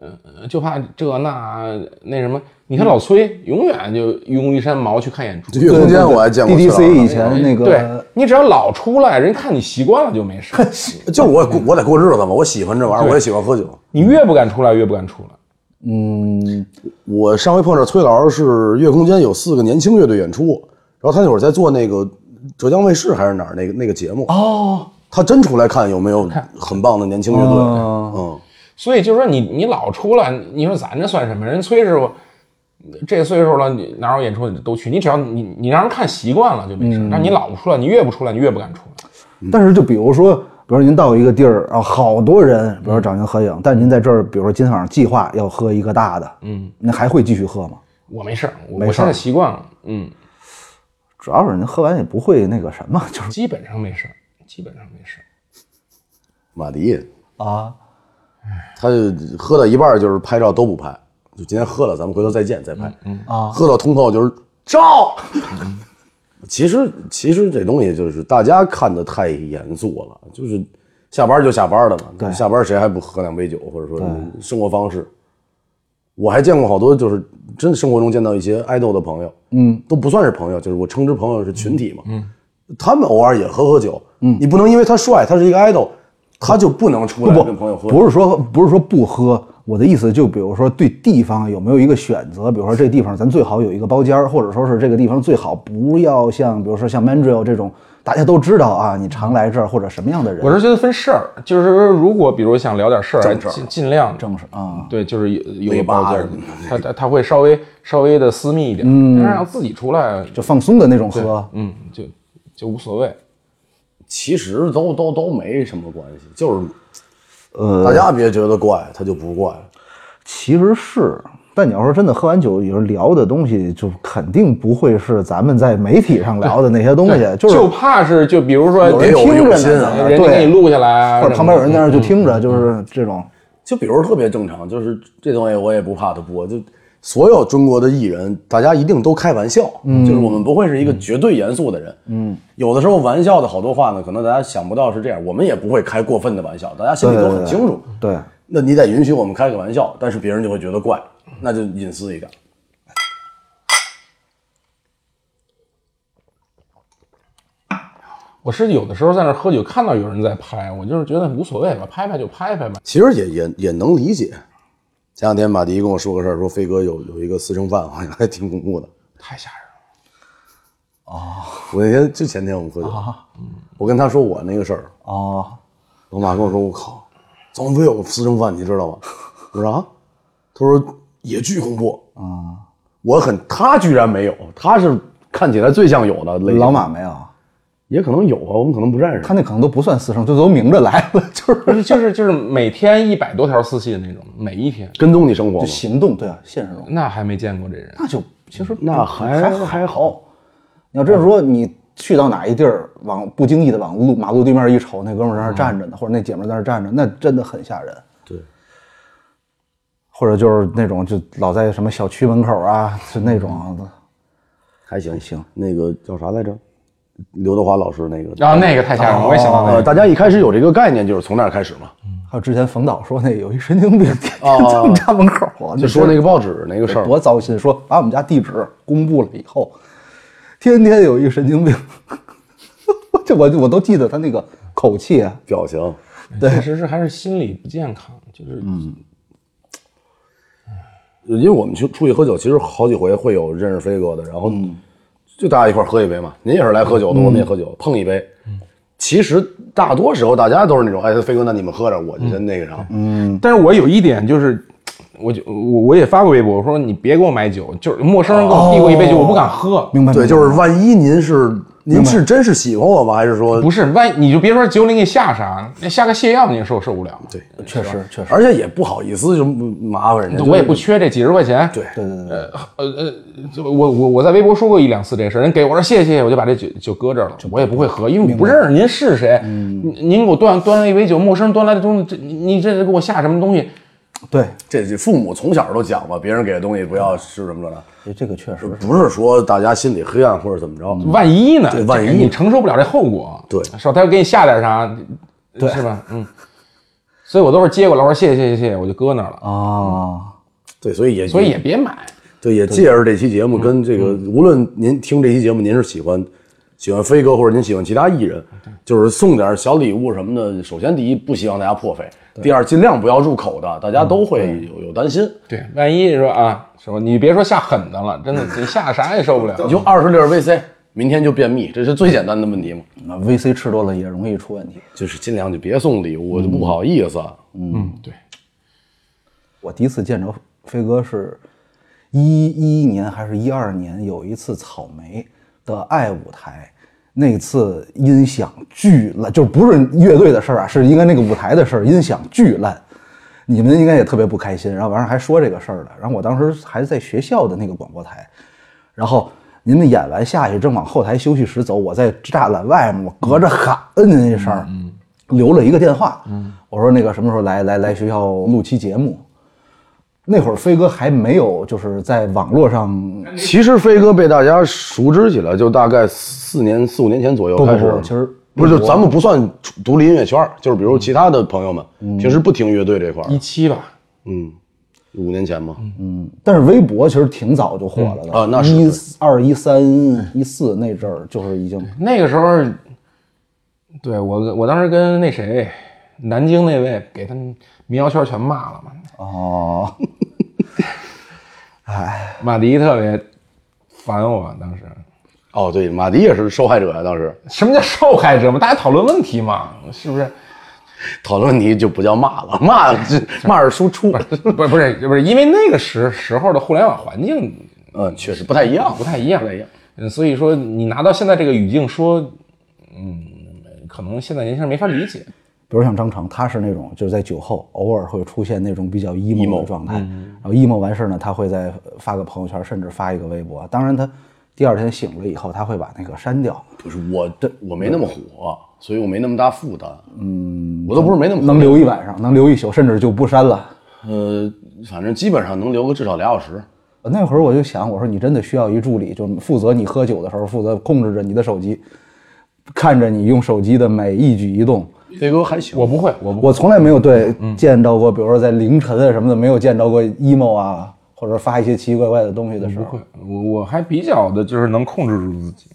嗯呃，就怕这那那什么。你看老崔嗯永远就愚公移山毛去看演出，月空间我还见过崔老师 DDC 以前那对个，你只要老出来，人看你习惯了就 没事。就是我我得过日子嘛，我喜欢这玩意儿，我也喜欢喝酒。你越不敢出来，越不敢出来。嗯，我上回碰着崔老师是月空间有四个年轻乐队演出，然后他那会儿在做那个浙江卫视还是哪儿那个那个节目哦，他真出来看有没有很棒的年轻乐队，嗯，所以就是说你你老出来，你说咱这算什么？人崔师傅这岁数了，你哪有演出你都去，你只要你你让人看习惯了就没嗯事。但你老不出来，你越不出来，你越不敢出来。但是就比如说，比如说您到一个地儿啊，好多人，比如说找您合影，但您在这儿，比如说今天晚上计划要喝一个大的，嗯，您还会继续喝吗？我没事儿，我没事儿我现在习惯了，嗯，主要是您喝完也不会那个什么，就是基本上没事儿，基本上没事儿。马迪啊，他喝到一半就是拍照都不拍，就今天喝了，咱们回头再见再拍，嗯啊喝到通透就是照。其实其实这东西就是大家看的太严肃了，就是下班就下班了嘛，对下班谁还不喝两杯酒，或者说生活方式。我还见过好多，就是真生活中见到一些爱豆的朋友，嗯，都不算是朋友，就是我称之朋友是群体嘛，嗯，他们偶尔也喝喝酒，嗯，你不能因为他帅，他是一个爱豆，他就不能出来跟朋友喝酒，不是说不是说不喝，我的意思就比如说对地方有没有一个选择，比如说这地方咱最好有一个包间儿，或者说是这个地方最好不要像比如说像 Mandrill 这种大家都知道啊，你常来这儿或者什么样的人，我是觉得分事儿，就是说如果比如想聊点事儿，尽尽量嗯正是啊，对，就是有有内个八包间什儿么， 他他他会稍微稍微的私密一点，嗯，让自己出来，就放松的那种喝，嗯，就就无所谓。其实都都都没什么关系，就是，呃，大家别觉得怪，他就不怪。其实是，但你要说真的，喝完酒以后聊的东西，就肯定不会是咱们在媒体上聊的那些东西，就是就怕是就比如说有人人有听有着心啊呢，人家给对，你录下来啊，或者旁边有人在那儿就嗯听着，就是这种。就比如特别正常，就是这东西我也不怕他播，就所有中国的艺人，大家一定都开玩笑，就是我们不会是一个绝对严肃的人，嗯，有的时候玩笑的好多话呢，可能大家想不到是这样，我们也不会开过分的玩笑，大家心里都很清楚，对，那你得允许我们开个玩笑，但是别人就会觉得怪，那就隐私一点。我是有的时候在那儿喝酒，看到有人在拍，我就是觉得无所谓吧，拍拍就拍拍吧。其实也也也能理解。前两天马迪跟我说个事儿，说飞哥有有一个私生饭，好像还挺恐怖的。太吓人了， 我那天就前天我们喝酒，我跟他说我那个事儿，哦，我妈跟我说我靠，张飞有个私生饭，你知道吗？我说啊，他说也巨恐怖啊。我很他居然没有，他是看起来最像有的类型老马没有，也可能有啊，我们可能不认识。他那可能都不算私生，就都明着来了， 就是不是就是就是每天一百多条私信那种，每一天，跟踪你生活就吗？行动。对啊，现实中那还没见过这人。那就其实那还还还好。你要真是说你去到哪一地儿，往不经意的往路马路对面一瞅，那哥们儿在那儿站着呢，或者那姐们儿在那儿站着，那真的很吓人。对，或者就是那种就老在什么小区门口啊，是那种的。还行行，那个叫啥来着？刘德华老师那个然后啊那个太吓人了，我也想到那呃，个。大家一开始有这个概念，就是从那儿开始嘛，还有之前冯导说那有一神经病天天在我们家门口啊，就说那个报纸那个事事儿。多糟心，说啊把我们家地址公布了以后，天天有一神经病， 就我我都记得他那个口气啊。表情，确实是还是心理不健康，就是因为我们去出去喝酒，其实好几回会有认识飞哥的，然后嗯就大家一块儿喝一杯嘛。您也是来喝酒的，我们也喝酒，碰一杯。嗯其实大多时候大家都是那种，哎，飞哥，那你们喝着，我嗯就先那个啥。但是我有一点就是，我就我我也发过微博，我说你别给我买酒，就是陌生人给我递过一杯酒，我不敢喝。明白？对，明白就是万一您是您是真是喜欢我吗？还是说不是，万一你就别说酒里给你下啥，那下个泻药你受受不了。对？确实确实，而且也不好意思，就麻烦人家。我也就不缺这几十块钱。对对对对对，呃呃，就我我我在微博说过一两次这事儿，人给我说谢谢，我就把这酒酒搁这儿了，我也不会喝，因为我不认识您是谁，您您给我端端了一杯酒，陌生人端来的东西，这你你这是给我下什么东西？对这这父母从小都讲嘛，别人给的东西不要是什么着呢。对，这个确实不是说大家心里黑暗或者怎么着，万一呢？对万一这你承受不了这后果，对说他又给你下点啥，对，是吧？嗯，所以我都是接过来，我说谢谢谢谢，我就搁那嗯儿了，啊，对，所以也所以也别买。对，也借着这期节目嗯跟这个，无论您听这期节目，您是喜欢喜欢飞哥，或者您喜欢其他艺人，就是送点小礼物什么的。首先，第一不希望大家破费，第二尽量不要入口的，大家嗯都会有有担心。对，万一说啊，是吧？你别说下狠的了，真的，你下啥也受不了。你就二十粒 VC，明天就便秘，这是最简单的问题嘛。那 VC 吃多了也容易出问题。就是尽量就别送礼物，就不好意思。啊嗯，对，我第一次见着飞哥是一一年还是一二年，有一次草莓的爱舞台，那次音响巨烂，就不是乐队的事儿啊，是应该那个舞台的事儿，音响巨烂。你们应该也特别不开心，然后完事儿还说这个事儿了。然后我当时还在学校的那个广播台，然后您们演完下去，正往后台休息室走，我在栅栏外面，我隔着喊您一声，留了一个电话，我说那个什么时候来来来学校录期节目。那会儿飞哥还没有就是在网络上，其实飞哥被大家熟知起来，就大概四年四五年前左右不不开始不，。其实不是，就咱们不算独立音乐圈儿，就是比如其他的朋友们，嗯平时不听乐队这块儿，一七吧，嗯，五年前嘛，嗯但是微博其实挺早就火了的啊那是一二一三一四那阵儿就是已经那个时候，对我我当时跟那谁，南京那位给他们民谣圈全骂了嘛，哦，马迪特别烦我当时。哦，对，马迪也是受害者呀，当时什么叫受害者嘛？大家讨论问题嘛，是不是？讨论问题就不叫骂了，骂这骂是输出， 不是不是不是，因为那个时时候的互联网环境嗯，确实不太一样，不太一样，不太一样。嗯，所以说你拿到现在这个语境说，嗯，可能现在年轻人没法理解。比如像张成，他是那种就是在酒后偶尔会出现那种比较 emo emo 嗯的状态，然后 emo 完事儿呢，他会再发个朋友圈，甚至发一个微博。当然，他第二天醒了以后，他会把那个删掉。不是我这我没那么火，所以我没那么大负担。嗯，我都不是没那么火能留一晚上，能留一宿，甚至就不删了。呃，反正基本上能留个至少俩小时。呃那会儿我就想，我说你真的需要一助理，就负责你喝酒的时候，负责控制着你的手机，看着你用手机的每一举一动。飞哥还行，我不会，我不我从来没有对嗯见到过，比如说在凌晨啊什么的，没有见到过 emo 啊，或者发一些奇奇怪怪的东西的时候会，，我我还比较的就是能控制住自己。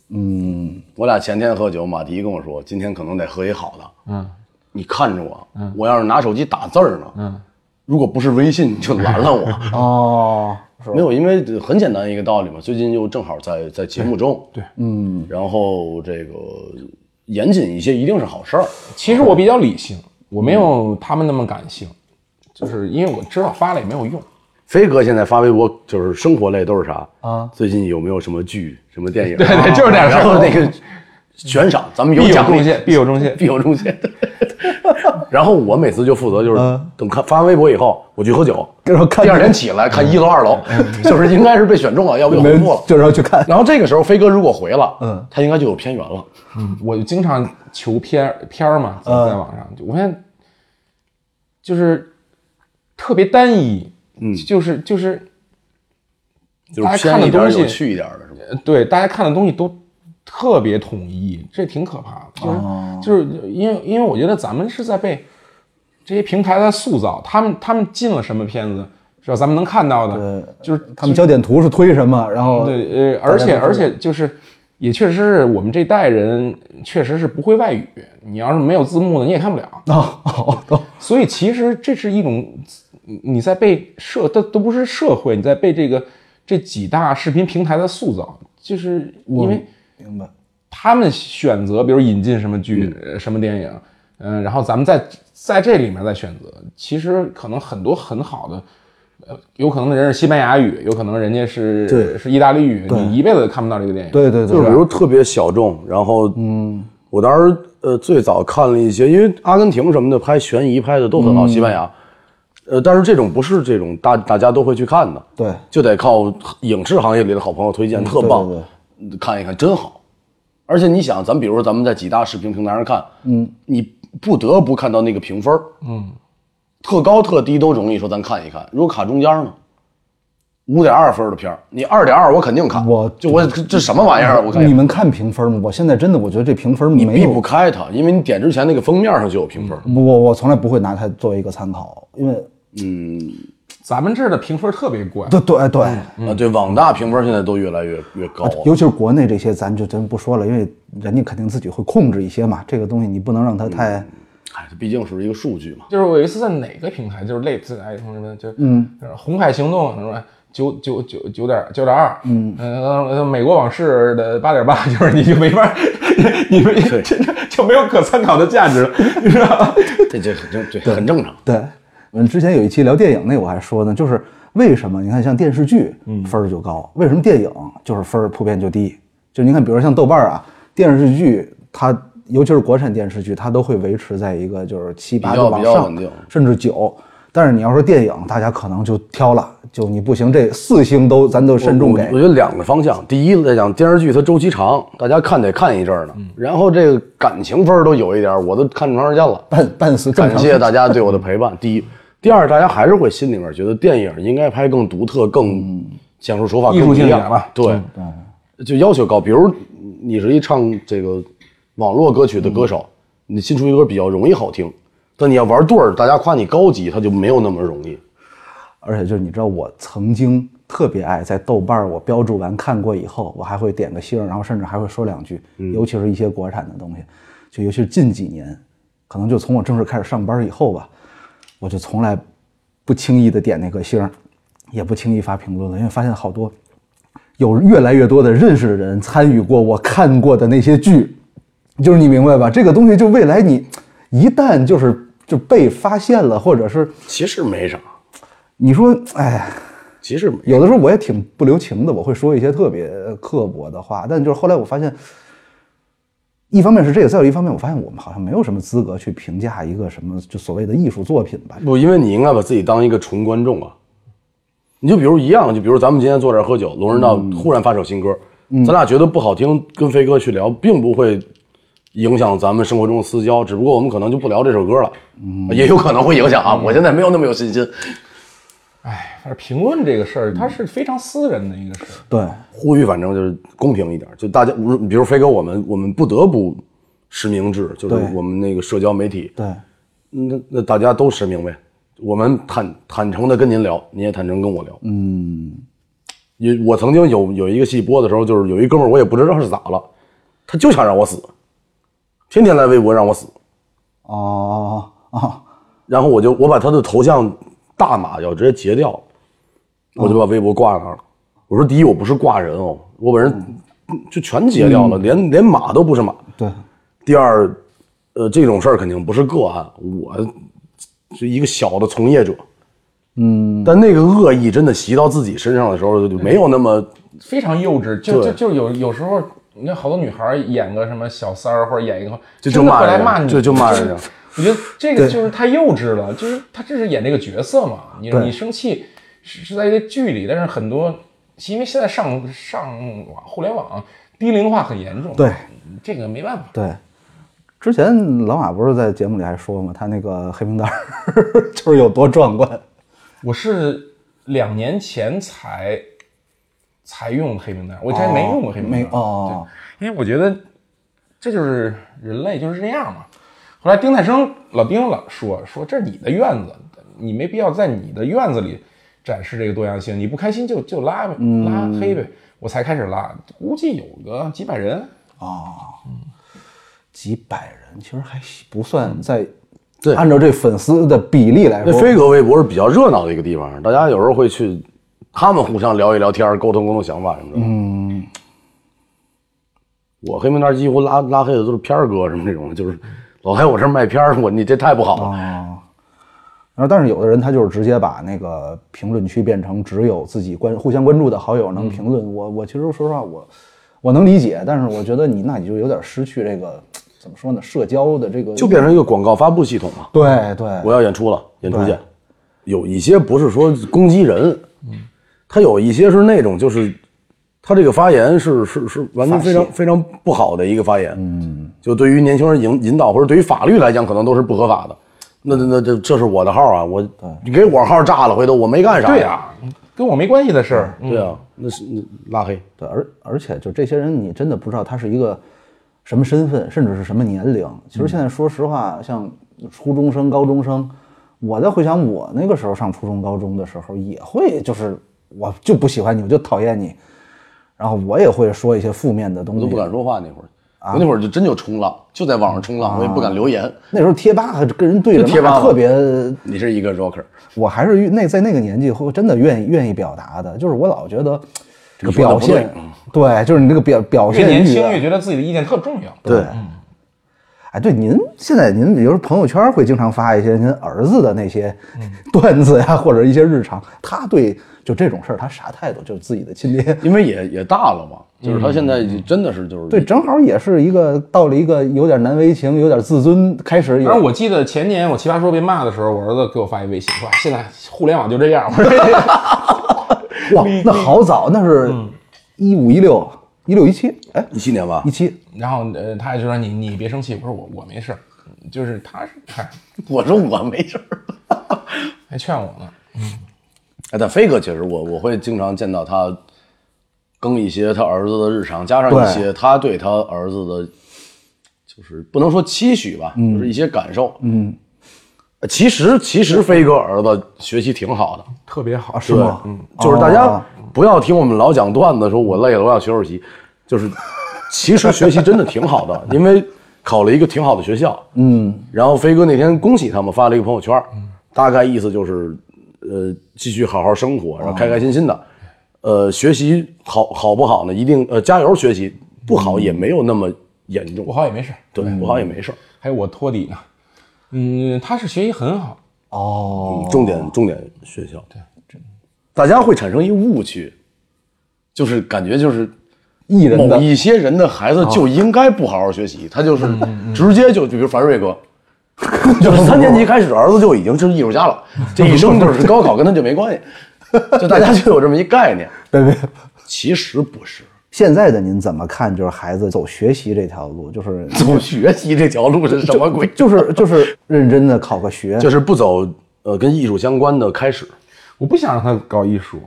我俩前天喝酒，马迪跟我说今天可能得喝一好的。嗯，你看着我，我要是拿手机打字儿呢，嗯，如果不是微信，你就拦了我。哦，是吧没有，因为很简单一个道理嘛。最近又正好在在节目中，对对嗯，然后这个严谨一些一定是好事儿。其实我比较理性，我没有他们那么感性，就是因为我知道发了也没有用。飞哥现在发微博就是生活类都是啥啊？最近有没有什么剧、什么 电影？啊对对就是这样然后那个悬赏，咱们有必有奖励中，介，必有中介。必有中介。 然后我每次就负责就是等看发完微博以后，我去喝酒，然后看嗯 第二天起来看一楼、二楼， 嗯就是应该是被选中了，要不就回复了。就是要去看。然后这个时候飞哥如果回了，嗯，他应该就有片源了。我就经常求片儿片儿嘛，在嗯在网上，我发现就是特别单一，嗯，就是就是就是偏一点大家看的儿东西有趣一点儿的，是吧？呃对大家看的东西都特别统一，这挺可怕的。就是、就是因为因为我觉得咱们是在被这些平台在塑造，他们他们进了什么片子，是吧？咱们能看到的，就是呃他们焦点图是推什么，然后对，呃，而且而且就是，也确实是我们这代人确实是不会外语，你要是没有字幕的，你也看不了。哦哦哦，所以其实这是一种，你你在被社，都都不是社会，你在被这个这几大视频平台的塑造，就是因为明白。他们选择，比如引进什么剧、呃什么电影，嗯、然后咱们在在这里面再选择，其实可能很多很好的。呃，有可能人是西班牙语，有可能人家是对是意大利语，你一辈子都看不到这个电影。对对就对，是比如特别小众，然后嗯，我当时呃最早看了一些，因为阿根廷什么的拍悬疑拍的都很嗯好，西班牙，呃，但是这种不是这种大大家都会去看的，对嗯就得靠影视行业里的好朋友推荐，特棒，对看一看真好。而且你想，咱比如说咱们在几大视频平台上看，嗯，你不得不看到那个评分，嗯，特高特低都容易说咱看一看，如果卡中间呢？五点二分的片儿，你二点二我肯定看，我就我这什么玩意儿，我看一看你们看评分吗？我现在真的我觉得这评分没避有不开它，因为你点之前那个封面上就有评分。我我从来不会拿它作为一个参考，因为咱们这儿的评分特别怪，对对对，啊，对，网大评分现在都越来越越高啊了。啊尤其是国内这些，咱就真不说了，因为人家肯定自己会控制一些嘛，这个东西你不能让它太哎，它毕竟是一个数据嘛。就是我有一次在哪个平台，就是类似哎同志们，就是嗯，红海行动什么九九九九点九点二，嗯，呃，美国往事的八点八， 就是你就没法，你们这这就没有可参考的价值了，你知道吗？ 这这很正，对，很正常。对，我们之前有一期聊电影，那我还说呢，就是为什么你看像电视剧嗯分儿就高，为什么电影就是分儿普遍就低？就你看，比如像豆瓣儿啊，电视剧它尤其是国产电视剧，它都会维持在一个就是七八比度较往比较上稳定，甚至九。但是你要说电影，大家可能就挑了，就你不行，这四星都咱都慎重我给。我觉得两个方向，第一来讲电视剧它周期长，大家看得看一阵儿呢。然后这个感情分都有一点儿，我都看这么长时间了。半半死正感常谢大家对我的陪伴。第一，第二，大家还是会心里面觉得电影应该拍更独特、更讲述手法嗯艺术更不性一一样点嗯吧对，就要求高。比如你是一唱这个网络歌曲的歌手，嗯你新出一歌比较容易好听，但你要玩对儿，大家夸你高级，他就没有那么容易。而且就是你知道，我曾经特别爱在豆瓣儿我标注完看过以后，我还会点个星儿，然后甚至还会说两句，尤其是一些国产的东西，就尤其是近几年，可能就从我正式开始上班以后吧，我就从来不轻易的点那个星儿，也不轻易发评论了，因为发现好多有越来越多的认识的人参与过我看过的那些剧，就是你明白吧？这个东西就未来你一旦就是就被发现了，或者是其实没啥，你说，哎。其实没有的时候我也挺不留情的，我会说一些特别刻薄的话，但就是后来我发现，一方面是这个，再有一方面，我发现我们好像没有什么资格去评价一个什么就所谓的艺术作品吧。不，因为你应该把自己当一个纯观众啊。你就比如一样，就比如咱们今天坐这儿喝酒，龙人道忽然发首新歌，咱俩觉得不好听，跟飞哥去聊，并不会影响咱们生活中的私交，只不过我们可能就不聊这首歌了，也有可能会影响啊。我现在没有那么有信心，哎，反正评论这个事儿，它是非常私人的一个事儿。对，呼吁反正就是公平一点，就大家，如比如飞哥，我们我们不得不实名制，就是对我们那个社交媒体，对，那那大家都实名呗，我们坦坦诚的跟您聊，您也坦诚跟我聊。嗯，也我曾经有有一个戏播的时候，就是有一哥们儿，我也不知道是咋了，他就想让我死，天天来微博让我死，哦哦，然后我就我把他的头像大码要直接截掉了，我就把微博挂那儿了。我说第一我不是挂人哦，我把人就全截掉了，连连码都不是码。对，第二，呃，这种事儿肯定不是个案，我是一个小的从业者，嗯，但那个恶意真的袭到自己身上的时候，就没有那么非常幼稚，就就对就有有时候，你看好多女孩儿演个什么小三儿或者演一个，就就真的骂会来人骂家你，就就骂人家。我觉得这个就是太幼稚了，就是他这是演这个角色嘛，你对你生气是是在一个剧里，但是很多因为现在上上网互联网低龄化很严重，对，这个没办法，对，之前老马不是在节目里还说嘛，他那个黑名单儿 就是有多壮观。我是两年前才才用黑名单，我之前没用过黑名单，啊没哦，因为我觉得这就是人类就是这样嘛。后来丁太生老丁老说说这是你的院子，你没必要在你的院子里展示这个多样性，你不开心就就拉呗，拉黑呗。我才开始拉，估计有个几百人，几百人其实还不算在，对按照这粉丝的比例来那说，飞哥微博是比较热闹的一个地方，大家有时候会去，他们互相聊一聊天儿，沟通沟通想法什么的。嗯，我黑名单几乎拉拉黑的都是片儿哥什么这种，就是老来我这儿卖片儿，我你这太不好了。哦然后但是有的人他就是直接把那个评论区变成只有自己关互相关注的好友能评论。嗯我我其实说实话，我我能理解，但是我觉得你那你就有点失去这个怎么说呢，社交的这个就变成一个广告发布系统了。对对，我要演出了，演出对见。有一些不是说攻击人，他有一些是那种就是，他这个发言是是是完全非常非常不好的一个发言，嗯，就对于年轻人引引导或者对于法律来讲，可能都是不合法的。那那那这这是我的号啊，我你给我号炸了，回头我没干啥，对啊嗯呀、跟我没关系的事儿。对啊，那是那拉黑，对，而而且就这些人，你真的不知道他是一个什么身份，甚至是什么年龄。其实现嗯在说实话，像初中生、高中生，我在回想我那个时候上初中、高中的时候，也会就是我就不喜欢你，我就讨厌你，然后我也会说一些负面的东我西。都不敢说话那会儿，我那会儿就真就冲浪，就在网上冲浪，我也不敢留言。那时候贴吧还跟人对着就贴吧骂，嘛特别你是一个 rocker，我还是那在那个年纪会真的愿意愿意表达的，就是我老觉得这个说得表不对嗯现，对，就是你这个表表越现年欲轻啊越觉得自己的意见特重要。对，嗯哎，对，您现在您比如说朋友圈会经常发一些您儿子的那些嗯 段子呀，或者一些日常，他对就这种事儿他啥态度？就是自己的亲爹，因为也也大了嘛，就是他现在真的是就是对，正好也是一个到了一个有点难为情，有点自尊，开始反正有我记得前年我奇葩说被骂的时候，我儿子给我发一微信说：“哎现在互联网就这样。” 我说哎呀：“哇，那好早，那是嗯一五一六一六一七，哎，一七年吧一，七，然后呃，他就说你你别生气，我说我我没事儿，就是他是哎我说我没事儿。还劝我呢， 哎，但飞哥确实我，我会经常见到他更一些他儿子的日常，加上对一些他对他儿子的，就是不能说期许吧，就是一些感受。嗯，其实其实飞哥儿子学习挺好的，特别好，啊是吗？嗯就是大哦家不要听我们老讲段子，说我累了，我想学会儿习。就是其实学习真的挺好的，因为考了一个挺好的学校。嗯，然后飞哥那天恭喜他们发了一个朋友圈儿，大概意思就是，呃，继续好好生活，然后开开心心的。呃，学习好好不好呢？一定呃，加油学习，不好也没有那么严重我。好也没事儿，对，不好也没事儿。还有我托底呢，嗯，他是学习很好，哦，重点重点学校。对，大家会产生一误区，就是感觉就是艺人的某一些人的孩子就应该不好好学习，他就是直接就，就比如樊瑞哥，就是三年级开始，儿子就已经是艺术家了，这一生就是高考跟他就没关系，就大家就有这么一概念，对对。其实不是，现在的您怎么看？就是孩子走学习这条路，就是走学习这条路是什么鬼？就是就是认真的考个学，就是不走呃跟艺术相关的开始，我不想让他搞艺术，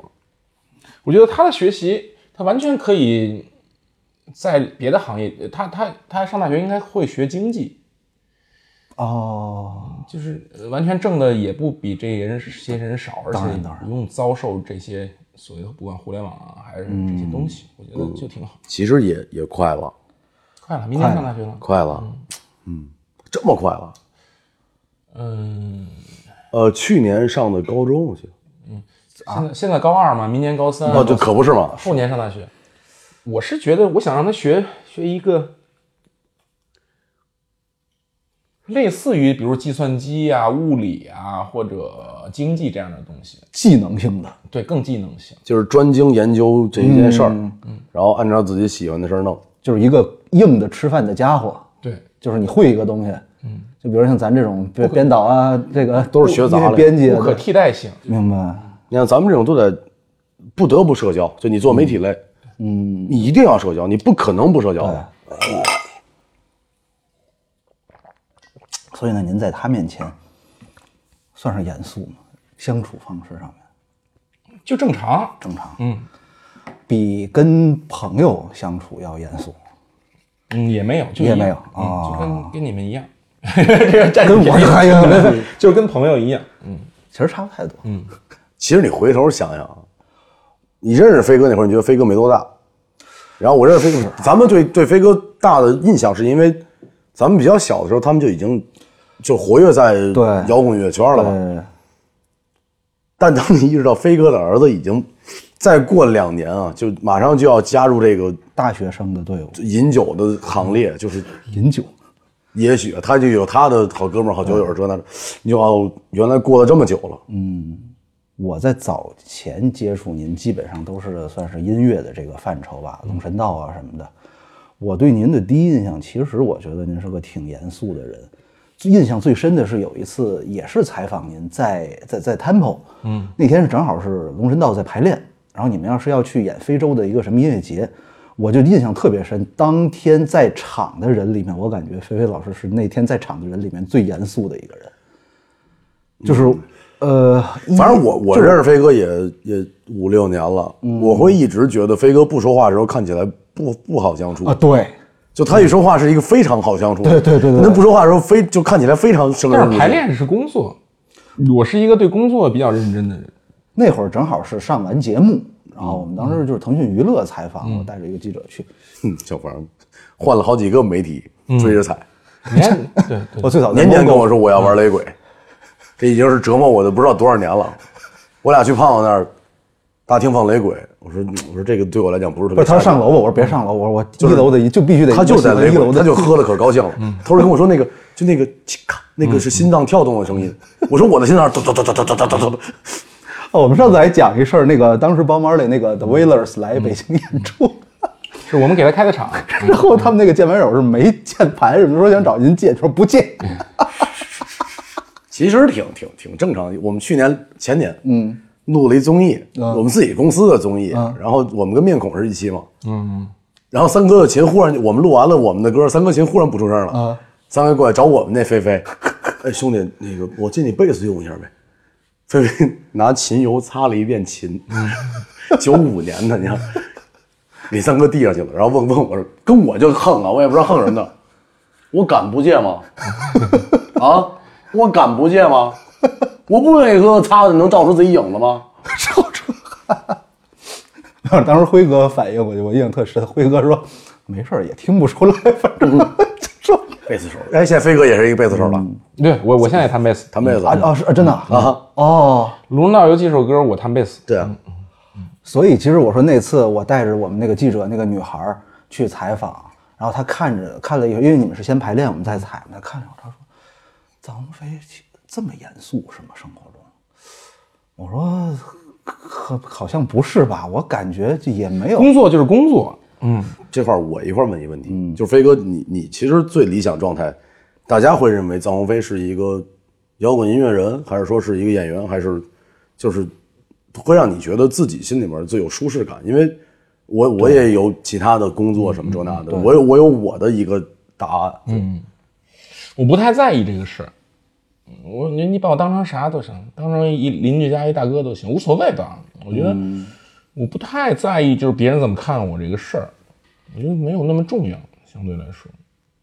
我觉得他的学习，他完全可以在别的行业，他他他上大学应该会学经济，哦，就是呃完全挣的也不比这些人这些人少，而且不用遭受这些所谓的不管互联网啊还是这些东西，我觉得就挺好。其实也也快了，快了，明年上大学了。快了，嗯，这么快了，嗯，呃，去年上的高中，我记得，现在现在高二嘛，明年高三，哦，这可不是嘛，后年上大学。我是觉得我想让他学学一个类似于比如计算机啊、物理啊或者经济这样的东西，技能性的，对，更技能性。就是专精研究这一件事儿，嗯然后按照自己喜欢的事儿弄。就是一个硬的吃饭的家伙，对，就是你会一个东西，嗯，就比如像咱这种编编导啊，这个都是学杂音乐类编辑啊不，可替代性。明白？你看咱们这种都得不得不社交，就你做媒体类，嗯，你一定要社交，你不可能不社交的。所以呢，您在他面前算是严肃吗？相处方式上面就正常，正常，嗯比跟朋友相处要严肃，嗯，也没有，就一也样没有嗯，就哦跟跟你们一样，跟我哎呀别别别就是跟朋友一样，其实差不太多。其实你回头想想啊，你认识飞哥那会儿，你觉得飞哥没多大，然后我认识飞哥，咱们对对飞哥大的印象是因为咱们比较小的时候，他们就已经就活跃在对摇滚乐圈了吧？呃，但当你意识到飞哥的儿子已经再过两年啊，就马上就要加入这个大学生的队伍，饮酒的行列，就是饮酒，也许啊他就有他的好哥们儿、好酒友这那的，你就哦，原来过了这么久了，我在早前接触您，基本上都是算是音乐的这个范畴吧，嗯龙神道啊什么的。我对您的第一印象，其实我觉得您是个挺严肃的人。最印象最深的是有一次，也是采访您在在在 Temple，嗯，那天是正好是龙神道在排练，然后你们要是要去演非洲的一个什么音乐节，我就印象特别深。当天在场的人里面，我感觉菲菲老师是那天在场的人里面最严肃的一个人，就是。呃，嗯反正我我认识飞哥也也五六年了，嗯我会一直觉得飞哥不说话的时候看起来不不好相处，啊，对，就他一说话是一个非常好相处的，对对对对对那不说话的时候非就看起来非常生人但勿是近排练是工作，我是一个对工作比较认真的人。那会儿正好是上完节目，嗯然后我们当时就是腾讯娱乐采访，我带着一个记者去， 嗯小王换了好几个媒体追着踩，你看，对对，我最早在年年猫跟我说我要玩雷鬼，这已经是折磨我的不知道多少年了。我俩去胖胖那儿大厅放雷鬼，我说我说这个对我来讲不是特不别是，他说恰当上楼吧，我说别上楼，我说我一楼的就必须得，他就在我喜欢雷一鬼，楼他的， 嗯就喝了可高兴了。他说跟我说那个就那个咔，那个是心脏跳动的声 音。我说我的心脏咚咚咚咚咚咚咚咚咚。哦，我们上次还讲一事儿，那个当时包马里那个 The Wailers 来北京演出，嗯是我们给他开的场， 然后他们那个键盘手是没键盘，什么说想找您借，说不借，其实挺挺挺正常的。我们去年前年嗯啊录了一综艺，我们自己公司的综艺，然后我们跟面孔是一期嘛，嗯，然后三哥的琴忽然就我们录完了我们的歌，三哥琴忽然不出声了，三哥过来找我们那菲 菲，哎兄弟，那个我借你贝斯用一下呗。菲菲拿琴油擦了一遍 琴，九五年的，你看，给三哥递上去了，然后问问我说，跟我就横啊，我也不知道横什么的，我敢不借吗？啊，我敢不借吗？我不愿意喝，擦的能照出自己影子吗？嗯然后当时辉哥反应我就我印象特深，辉哥说没事儿也听不出来，反嗯正 就说贝斯手，哎，现在飞哥也是一个贝斯手了，对我我现在也弹贝斯，弹贝斯啊啊是啊真的啊哦。 《龙闹游记》这首歌我弹贝斯，对啊，所以其实我说那次我带着我们那个记者那个女孩儿去采访，然后她看着看了一会儿，因为你们是先排练，我们再采嘛，她看着我，她说：“张飞这么严肃是吗？生活中？”我说：“可好像不是吧？我感觉这也没有。工作就是工作，嗯，这块儿我一块儿问一问题，就是飞哥，你你其实最理想状态，大家会认为臧鸿飞是一个摇滚音乐人，还是说是一个演员，还是就是会让你觉得自己心里面最有舒适感？因为我我也有其他的工作什么这那的，我有我有我的一个答案，嗯，我不太在意这个事儿。我你你把我当成啥都行，当成一邻居家一大哥都行，无所谓的。我觉得我不太在意，就是别人怎么看我这个事儿，我觉得没有那么重要，相对来说。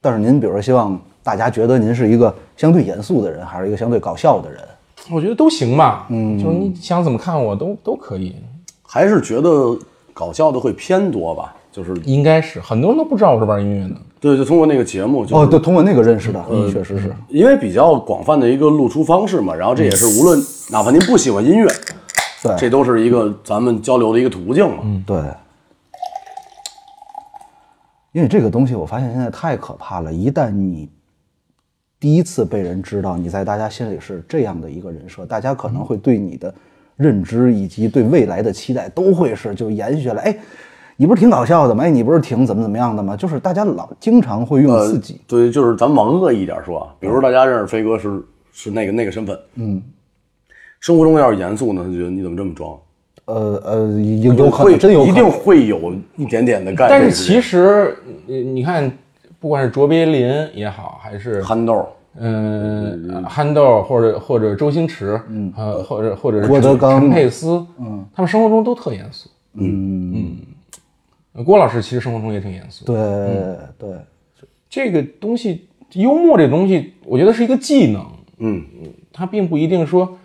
但是您比如说希望大家觉得您是一个相对严肃的人，还是一个相对搞笑的人？我觉得都行吧，嗯，就是你想怎么看我都都可以，还是觉得搞笑的会偏多吧？就是应该是很多人都不知道我是玩音乐的，对，就通过那个节目，就是哦，对，通过那个认识的，确实是。因为比较广泛的一个露出方式嘛，然后这也是无论哪怕您不喜欢音乐，对嗯这都是一个咱们交流的一个途径嘛。对，因为这个东西，我发现现在太可怕了。一旦你第一次被人知道你在大家心里是这样的一个人设，大家可能会对你的认知以及对未来的期待都会是就延续了。哎，你不是挺搞笑的吗？哎，你不是挺怎么怎么样的吗？就是大家老经常会用自己，呃对，就是咱们往恶意一点说啊，嗯比如大家认识飞哥是是那个那个身份，嗯，生活中要是严肃呢，他就觉得你怎么这么装？呃呃，有有可会能真有可一能定会有一点点的概念。但是其实你你看，不管是卓别林也好，还是憨豆，嗯，憨豆或者或者周星驰，嗯，呃，或者或者是郭德陈纲陈佩斯，嗯，他们生活中都特严肃，嗯嗯，郭老师其实生活中也挺严肃。对对，这个东西，幽默这东西，我觉得是一个技能，嗯，它并不一定说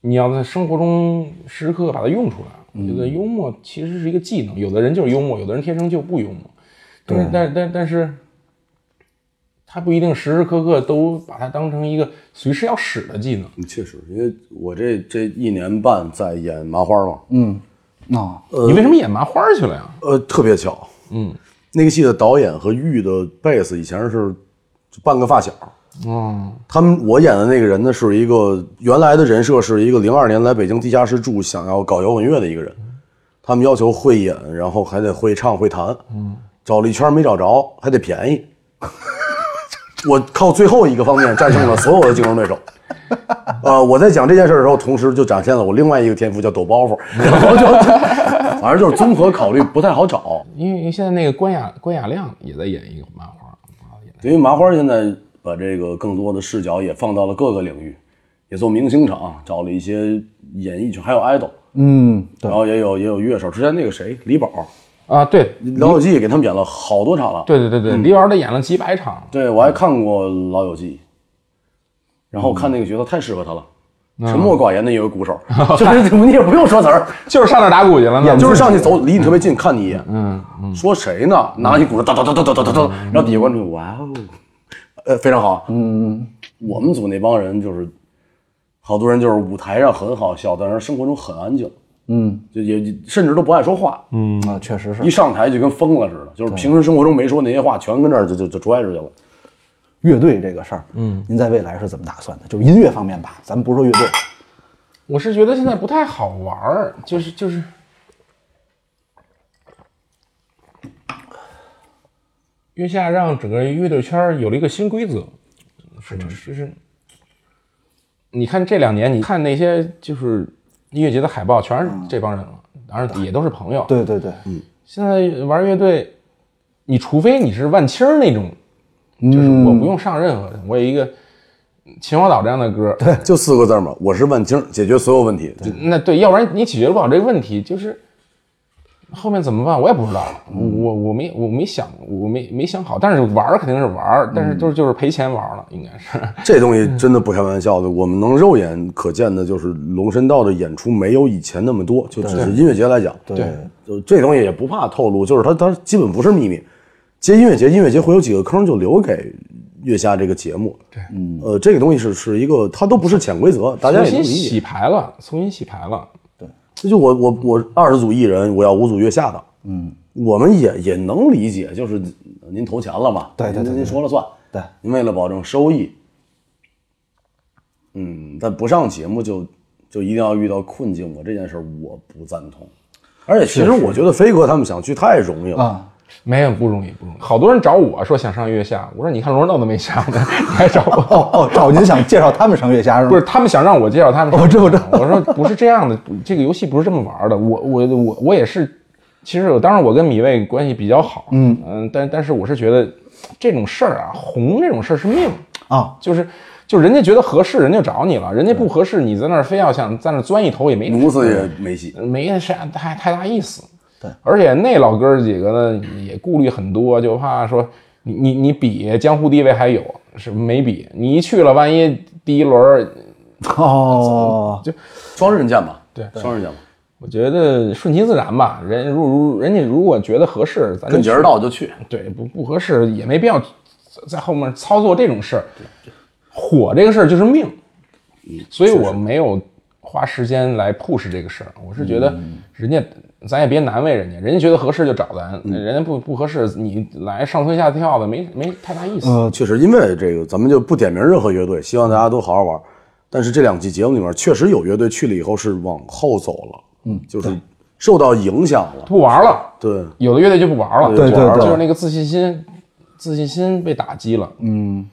你要在生活中时时刻刻把它用出来。我觉得幽默其实是一个技能，有的人就是幽默，有的人天生就不幽默。但是，但但但是，他不一定时时刻刻都把它当成一个随时要使的技能。嗯确实，因为我这这一年半在演麻花嘛，那、你为什么演麻花去了呀？呃，特别巧，嗯，那个戏的导演和玉的贝斯以前是半个发小，哦，他们我演的那个人呢，是一个原来的人设是一个零二年来北京地下室住，想要搞摇滚乐的一个人。他们要求会演，然后还得会唱会弹，嗯，找了一圈没找着，还得便宜。 我靠最后一个方面战胜了所有的竞争对手。呃，我在讲这件事的时候，同时就展现了我另外一个天赋，叫抖包袱。 然后就，反正就是综合考虑不太好找，因为因为现在那个关雅关雅亮也在演一个麻花，啊演因为麻花现在把这个更多的视角也放到了各个领域，也做明星场，找了一些演艺圈，还有 idol，嗯，对然，后也有也有乐手。之前那个谁，李宝，啊，对《老友记》给他们演了好多场了。对对对对，李老师他演了几百场了。对，我还看过《老友记》，然后看那个角色太适合他了，沉默寡言的一个鼓手，就是你也不用说词儿，就是上那儿打鼓去了呢，就是上去走，离你特别近，看你一眼。嗯嗯，说谁呢？拿起鼓手哒哒哒哒哒哒哒哒，然后底下观众哇哦，呃，非常好。嗯，我们组那帮人就是，好多人就是舞台上很好笑，但是生活中很安静，嗯就也甚至都不爱说话，嗯，啊，确实是一。上台就跟疯了似的，就是平时生活中没说那些话，全跟这儿就就就拽出去了。乐队这个事儿，嗯，您在未来是怎么打算的？就音乐方面吧，咱们不说乐队，我是觉得现在不太好玩儿，就是就是，月下让整个乐队圈儿有了一个新规则，嗯是吧？就是你看这两年，你看那些就是音乐节的海报，全是这帮人了，当然也都是朋友。对对对，现在玩乐队，你除非你是万青儿那种，就是嗯我不用上任何人，我有一个秦皇岛这样的歌，哎就四个字嘛，我是万青，解决所有问题。就那对，要不然你解决不了这个问题，就是后面怎么办，我也不知道，我我我没我没想，我没没想好，但是玩儿肯定是玩儿，嗯但是就是就是赔钱玩儿了，应该是。这东西真的不开玩笑的，我们能肉眼可见的就是龙神道的演出没有以前那么多，就只是音乐节来讲，对对就这东西也不怕透露，就是它它基本不是秘密。接音乐节，音乐节会有几个坑就留给月下这个节目。对，呃，这个东西是是一个，它都不是潜规则，大家重也能新理解。洗牌了，重新洗牌了，这就我我我二十组艺人，我要五组月下的，嗯，我们也也能理解，就是您投钱了嘛，对对对您对您说了算，对，您为了保证收益，嗯，但不上节目就就一定要遇到困境，我这件事儿我不赞同，而且其实我觉得飞哥他们想去太容易了，啊，没有不容易，不容易。好多人找我说想上月下，我说你看罗纳都没下呢，你还找我？哦哦，找您想介绍他们上月下是吗？不是，他们想让我介绍他们。我知道我知道 我说不是这样的，这个游戏不是这么玩的。我我我我也是，其实我当然我跟米未关系比较好，嗯但但是我是觉得这种事儿啊，红这种事儿是命，啊，就是就人家觉得合适，人家找你了；人家不合适，你在那儿非要想在那儿钻一头也没奴死也没戏。没啥太太大意思。对，而且那老哥儿几个呢也顾虑很多，就怕说你你你比江湖地位还有是没比，你一去了，万一第一轮儿，哦，双刃剑嘛，对，双刃剑嘛，我觉得顺其自然吧。人如如人家如果觉得合适，咱就跟节儿去到就去。对不不合适也没必要在后面操作这种事儿。火这个事儿就是命，嗯所以我没有花时间来 push 这个事儿。我是觉得嗯人家咱也别难为人家，人家觉得合适就找咱，嗯人家不不合适你来上蹿下跳的没没太大意思。呃，确实，因为这个咱们就不点名任何乐队，希望大家都好好玩。但是这两期节目里面，确实有乐队去了以后是往后走了，嗯，就是受到影响了。不玩了，对，有的乐队就不玩了，对不玩了对对就是那个自信心，自信心被打击了。嗯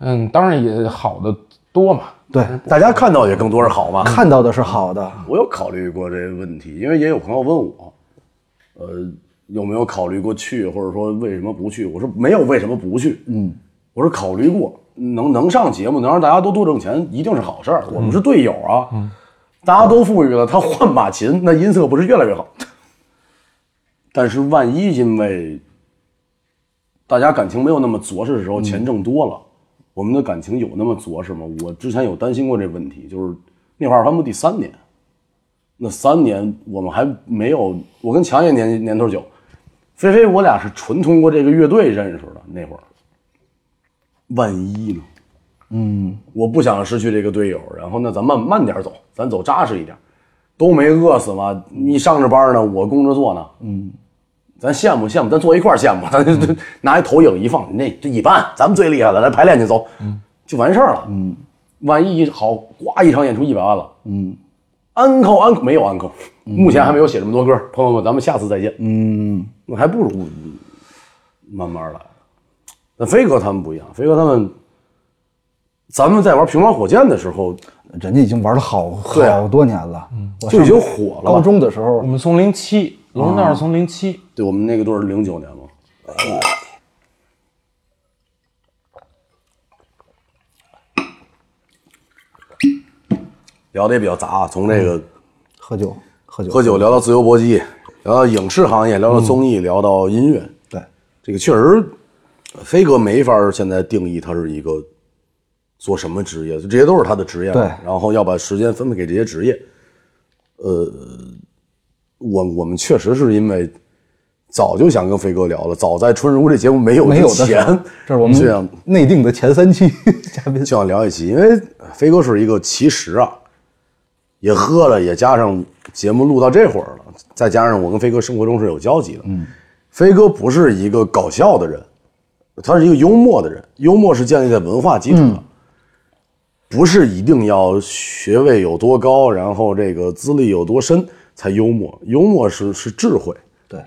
嗯，当然也好的多嘛。对，大家看到也更多是好嘛。看到的是好的，我有考虑过这个问题，因为也有朋友问我，呃，有没有考虑过去，或者说为什么不去？我说没有，为什么不去？嗯，我说考虑过，能能上节目，能让大家都多挣钱，一定是好事儿。我们是队友啊，大家都富裕了，他换把琴，那音色不是越来越好？但是万一因为大家感情没有那么着实的时候，钱挣多了，我们的感情有那么着实吗？我之前有担心过这问题，就是那会儿翻部第三年，那三年我们还没有，我跟强爷年年头久，菲菲我俩是纯通过这个乐队认识的那会儿。万一呢？嗯，我不想失去这个队友，然后呢，咱慢慢点走，咱走扎实一点，都没饿死嘛。你上着班呢，我工作做呢，嗯，咱羡慕羡慕，咱坐一块儿羡慕，咱就、 就拿一投影一放，那这一般，咱们最厉害了，来排练去走，嗯，就完事儿了，嗯。万一一好，呱一场演出一百万了，嗯，uncle uncle 没有 uncle，、目前还没有写这么多歌，朋友们，咱们下次再见，嗯，那还不如慢慢来。那飞哥他们不一样，飞哥他们，咱们在玩平凡火箭的时候人家已经玩了好对啊好多年了，我就已经上火了高吧。中的时候我们从零七，龙道从零七，对我们那个队是零九年嘛，聊的也比较杂，啊从这个喝酒，喝酒，喝酒聊到自由搏击，聊到影视行业，聊到综艺，聊到音乐，嗯对，这个确实，飞哥没法儿现在定义他是一个做什么职业，这些都是他的职业嘛。对然后要把时间分配给这些职业。呃，我我们确实是因为早就想跟飞哥聊了，早在春如这节目没有没有之的时前啊候，这是我这样们内定的前三期 嘉宾 就，想聊一期，因为飞哥是一个其实啊，也喝了，也加上节目录到这会儿了，再加上我跟飞哥生活中是有交集的，嗯，飞哥不是一个搞笑的人，他是一个幽默的人，幽默是建立在文化基础上，不是一定要学位有多高，然后这个资历有多深才幽默，幽默是是智慧，对，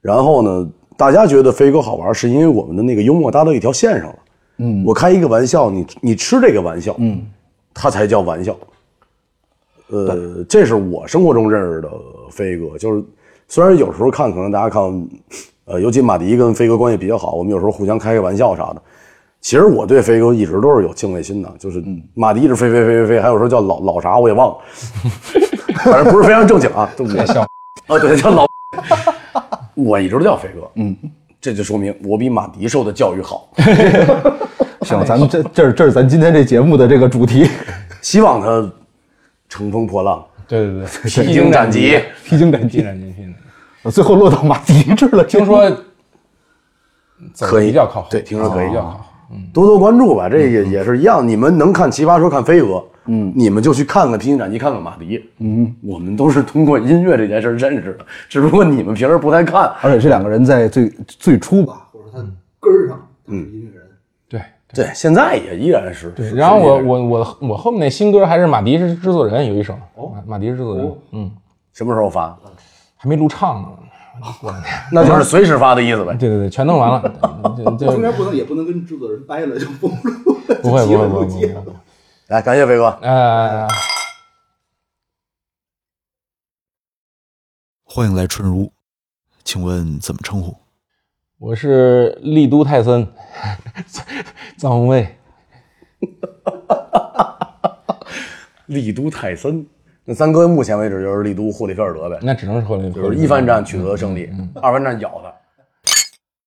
然后呢，大家觉得飞哥好玩，是因为我们的那个幽默搭到一条线上了。嗯，我开一个玩笑，你你吃这个玩笑，嗯，它才叫玩笑。呃，这是我生活中认识的飞哥，就是虽然有时候看可能大家看，呃，尤其马迪跟飞哥关系比较好，我们有时候互相开开玩笑啥的。其实我对飞哥一直都是有敬畏心的，就是马迪一直飞飞飞飞飞，还有时候叫老老啥我也忘 了，反正不是非常正经啊，对不对？笑啊，对，叫老，我一直都叫飞哥，嗯，这就说明我比马迪受的教育好， 行，咱们这这是这是咱今天这节目的这个主题，希望他乘风破浪，哦对对对，披荆斩棘。披荆斩披荆棘，斩棘，披荆斩棘。最后落到马迪这儿了。听说走可以比较靠后，对听说可以比较靠后。多多关注吧，这也也是一样。你们能看《奇葩说》看飞哥，嗯，你们就去看看《披荆斩棘》，看看马迪，嗯，我们都是通过音乐这件事儿认识的，只不过你们平时不太看。而且这两个人在最最初吧，或者他根儿上，他是音乐人。对，对，现在也依然是。对是然后我是我我我后面哦那新歌还是马迪是制作人有一首，马马迪是制作人，嗯，什么时候发？还没录唱呢，过两天。那就是嗯随时发的意思呗。对对对，全弄完了， 就就中间不能也不能跟制作人掰了， 就不录了，嗯不会急不了会不就会不急会了不会。来，感谢飞哥。呃，欢迎来春如，请问怎么称呼？我是丽都泰森， 藏红卫。丽都泰森，那三哥目前为止就是丽都霍利菲尔德呗，嗯那只能是后来就是一番战取得胜利，二番战咬他，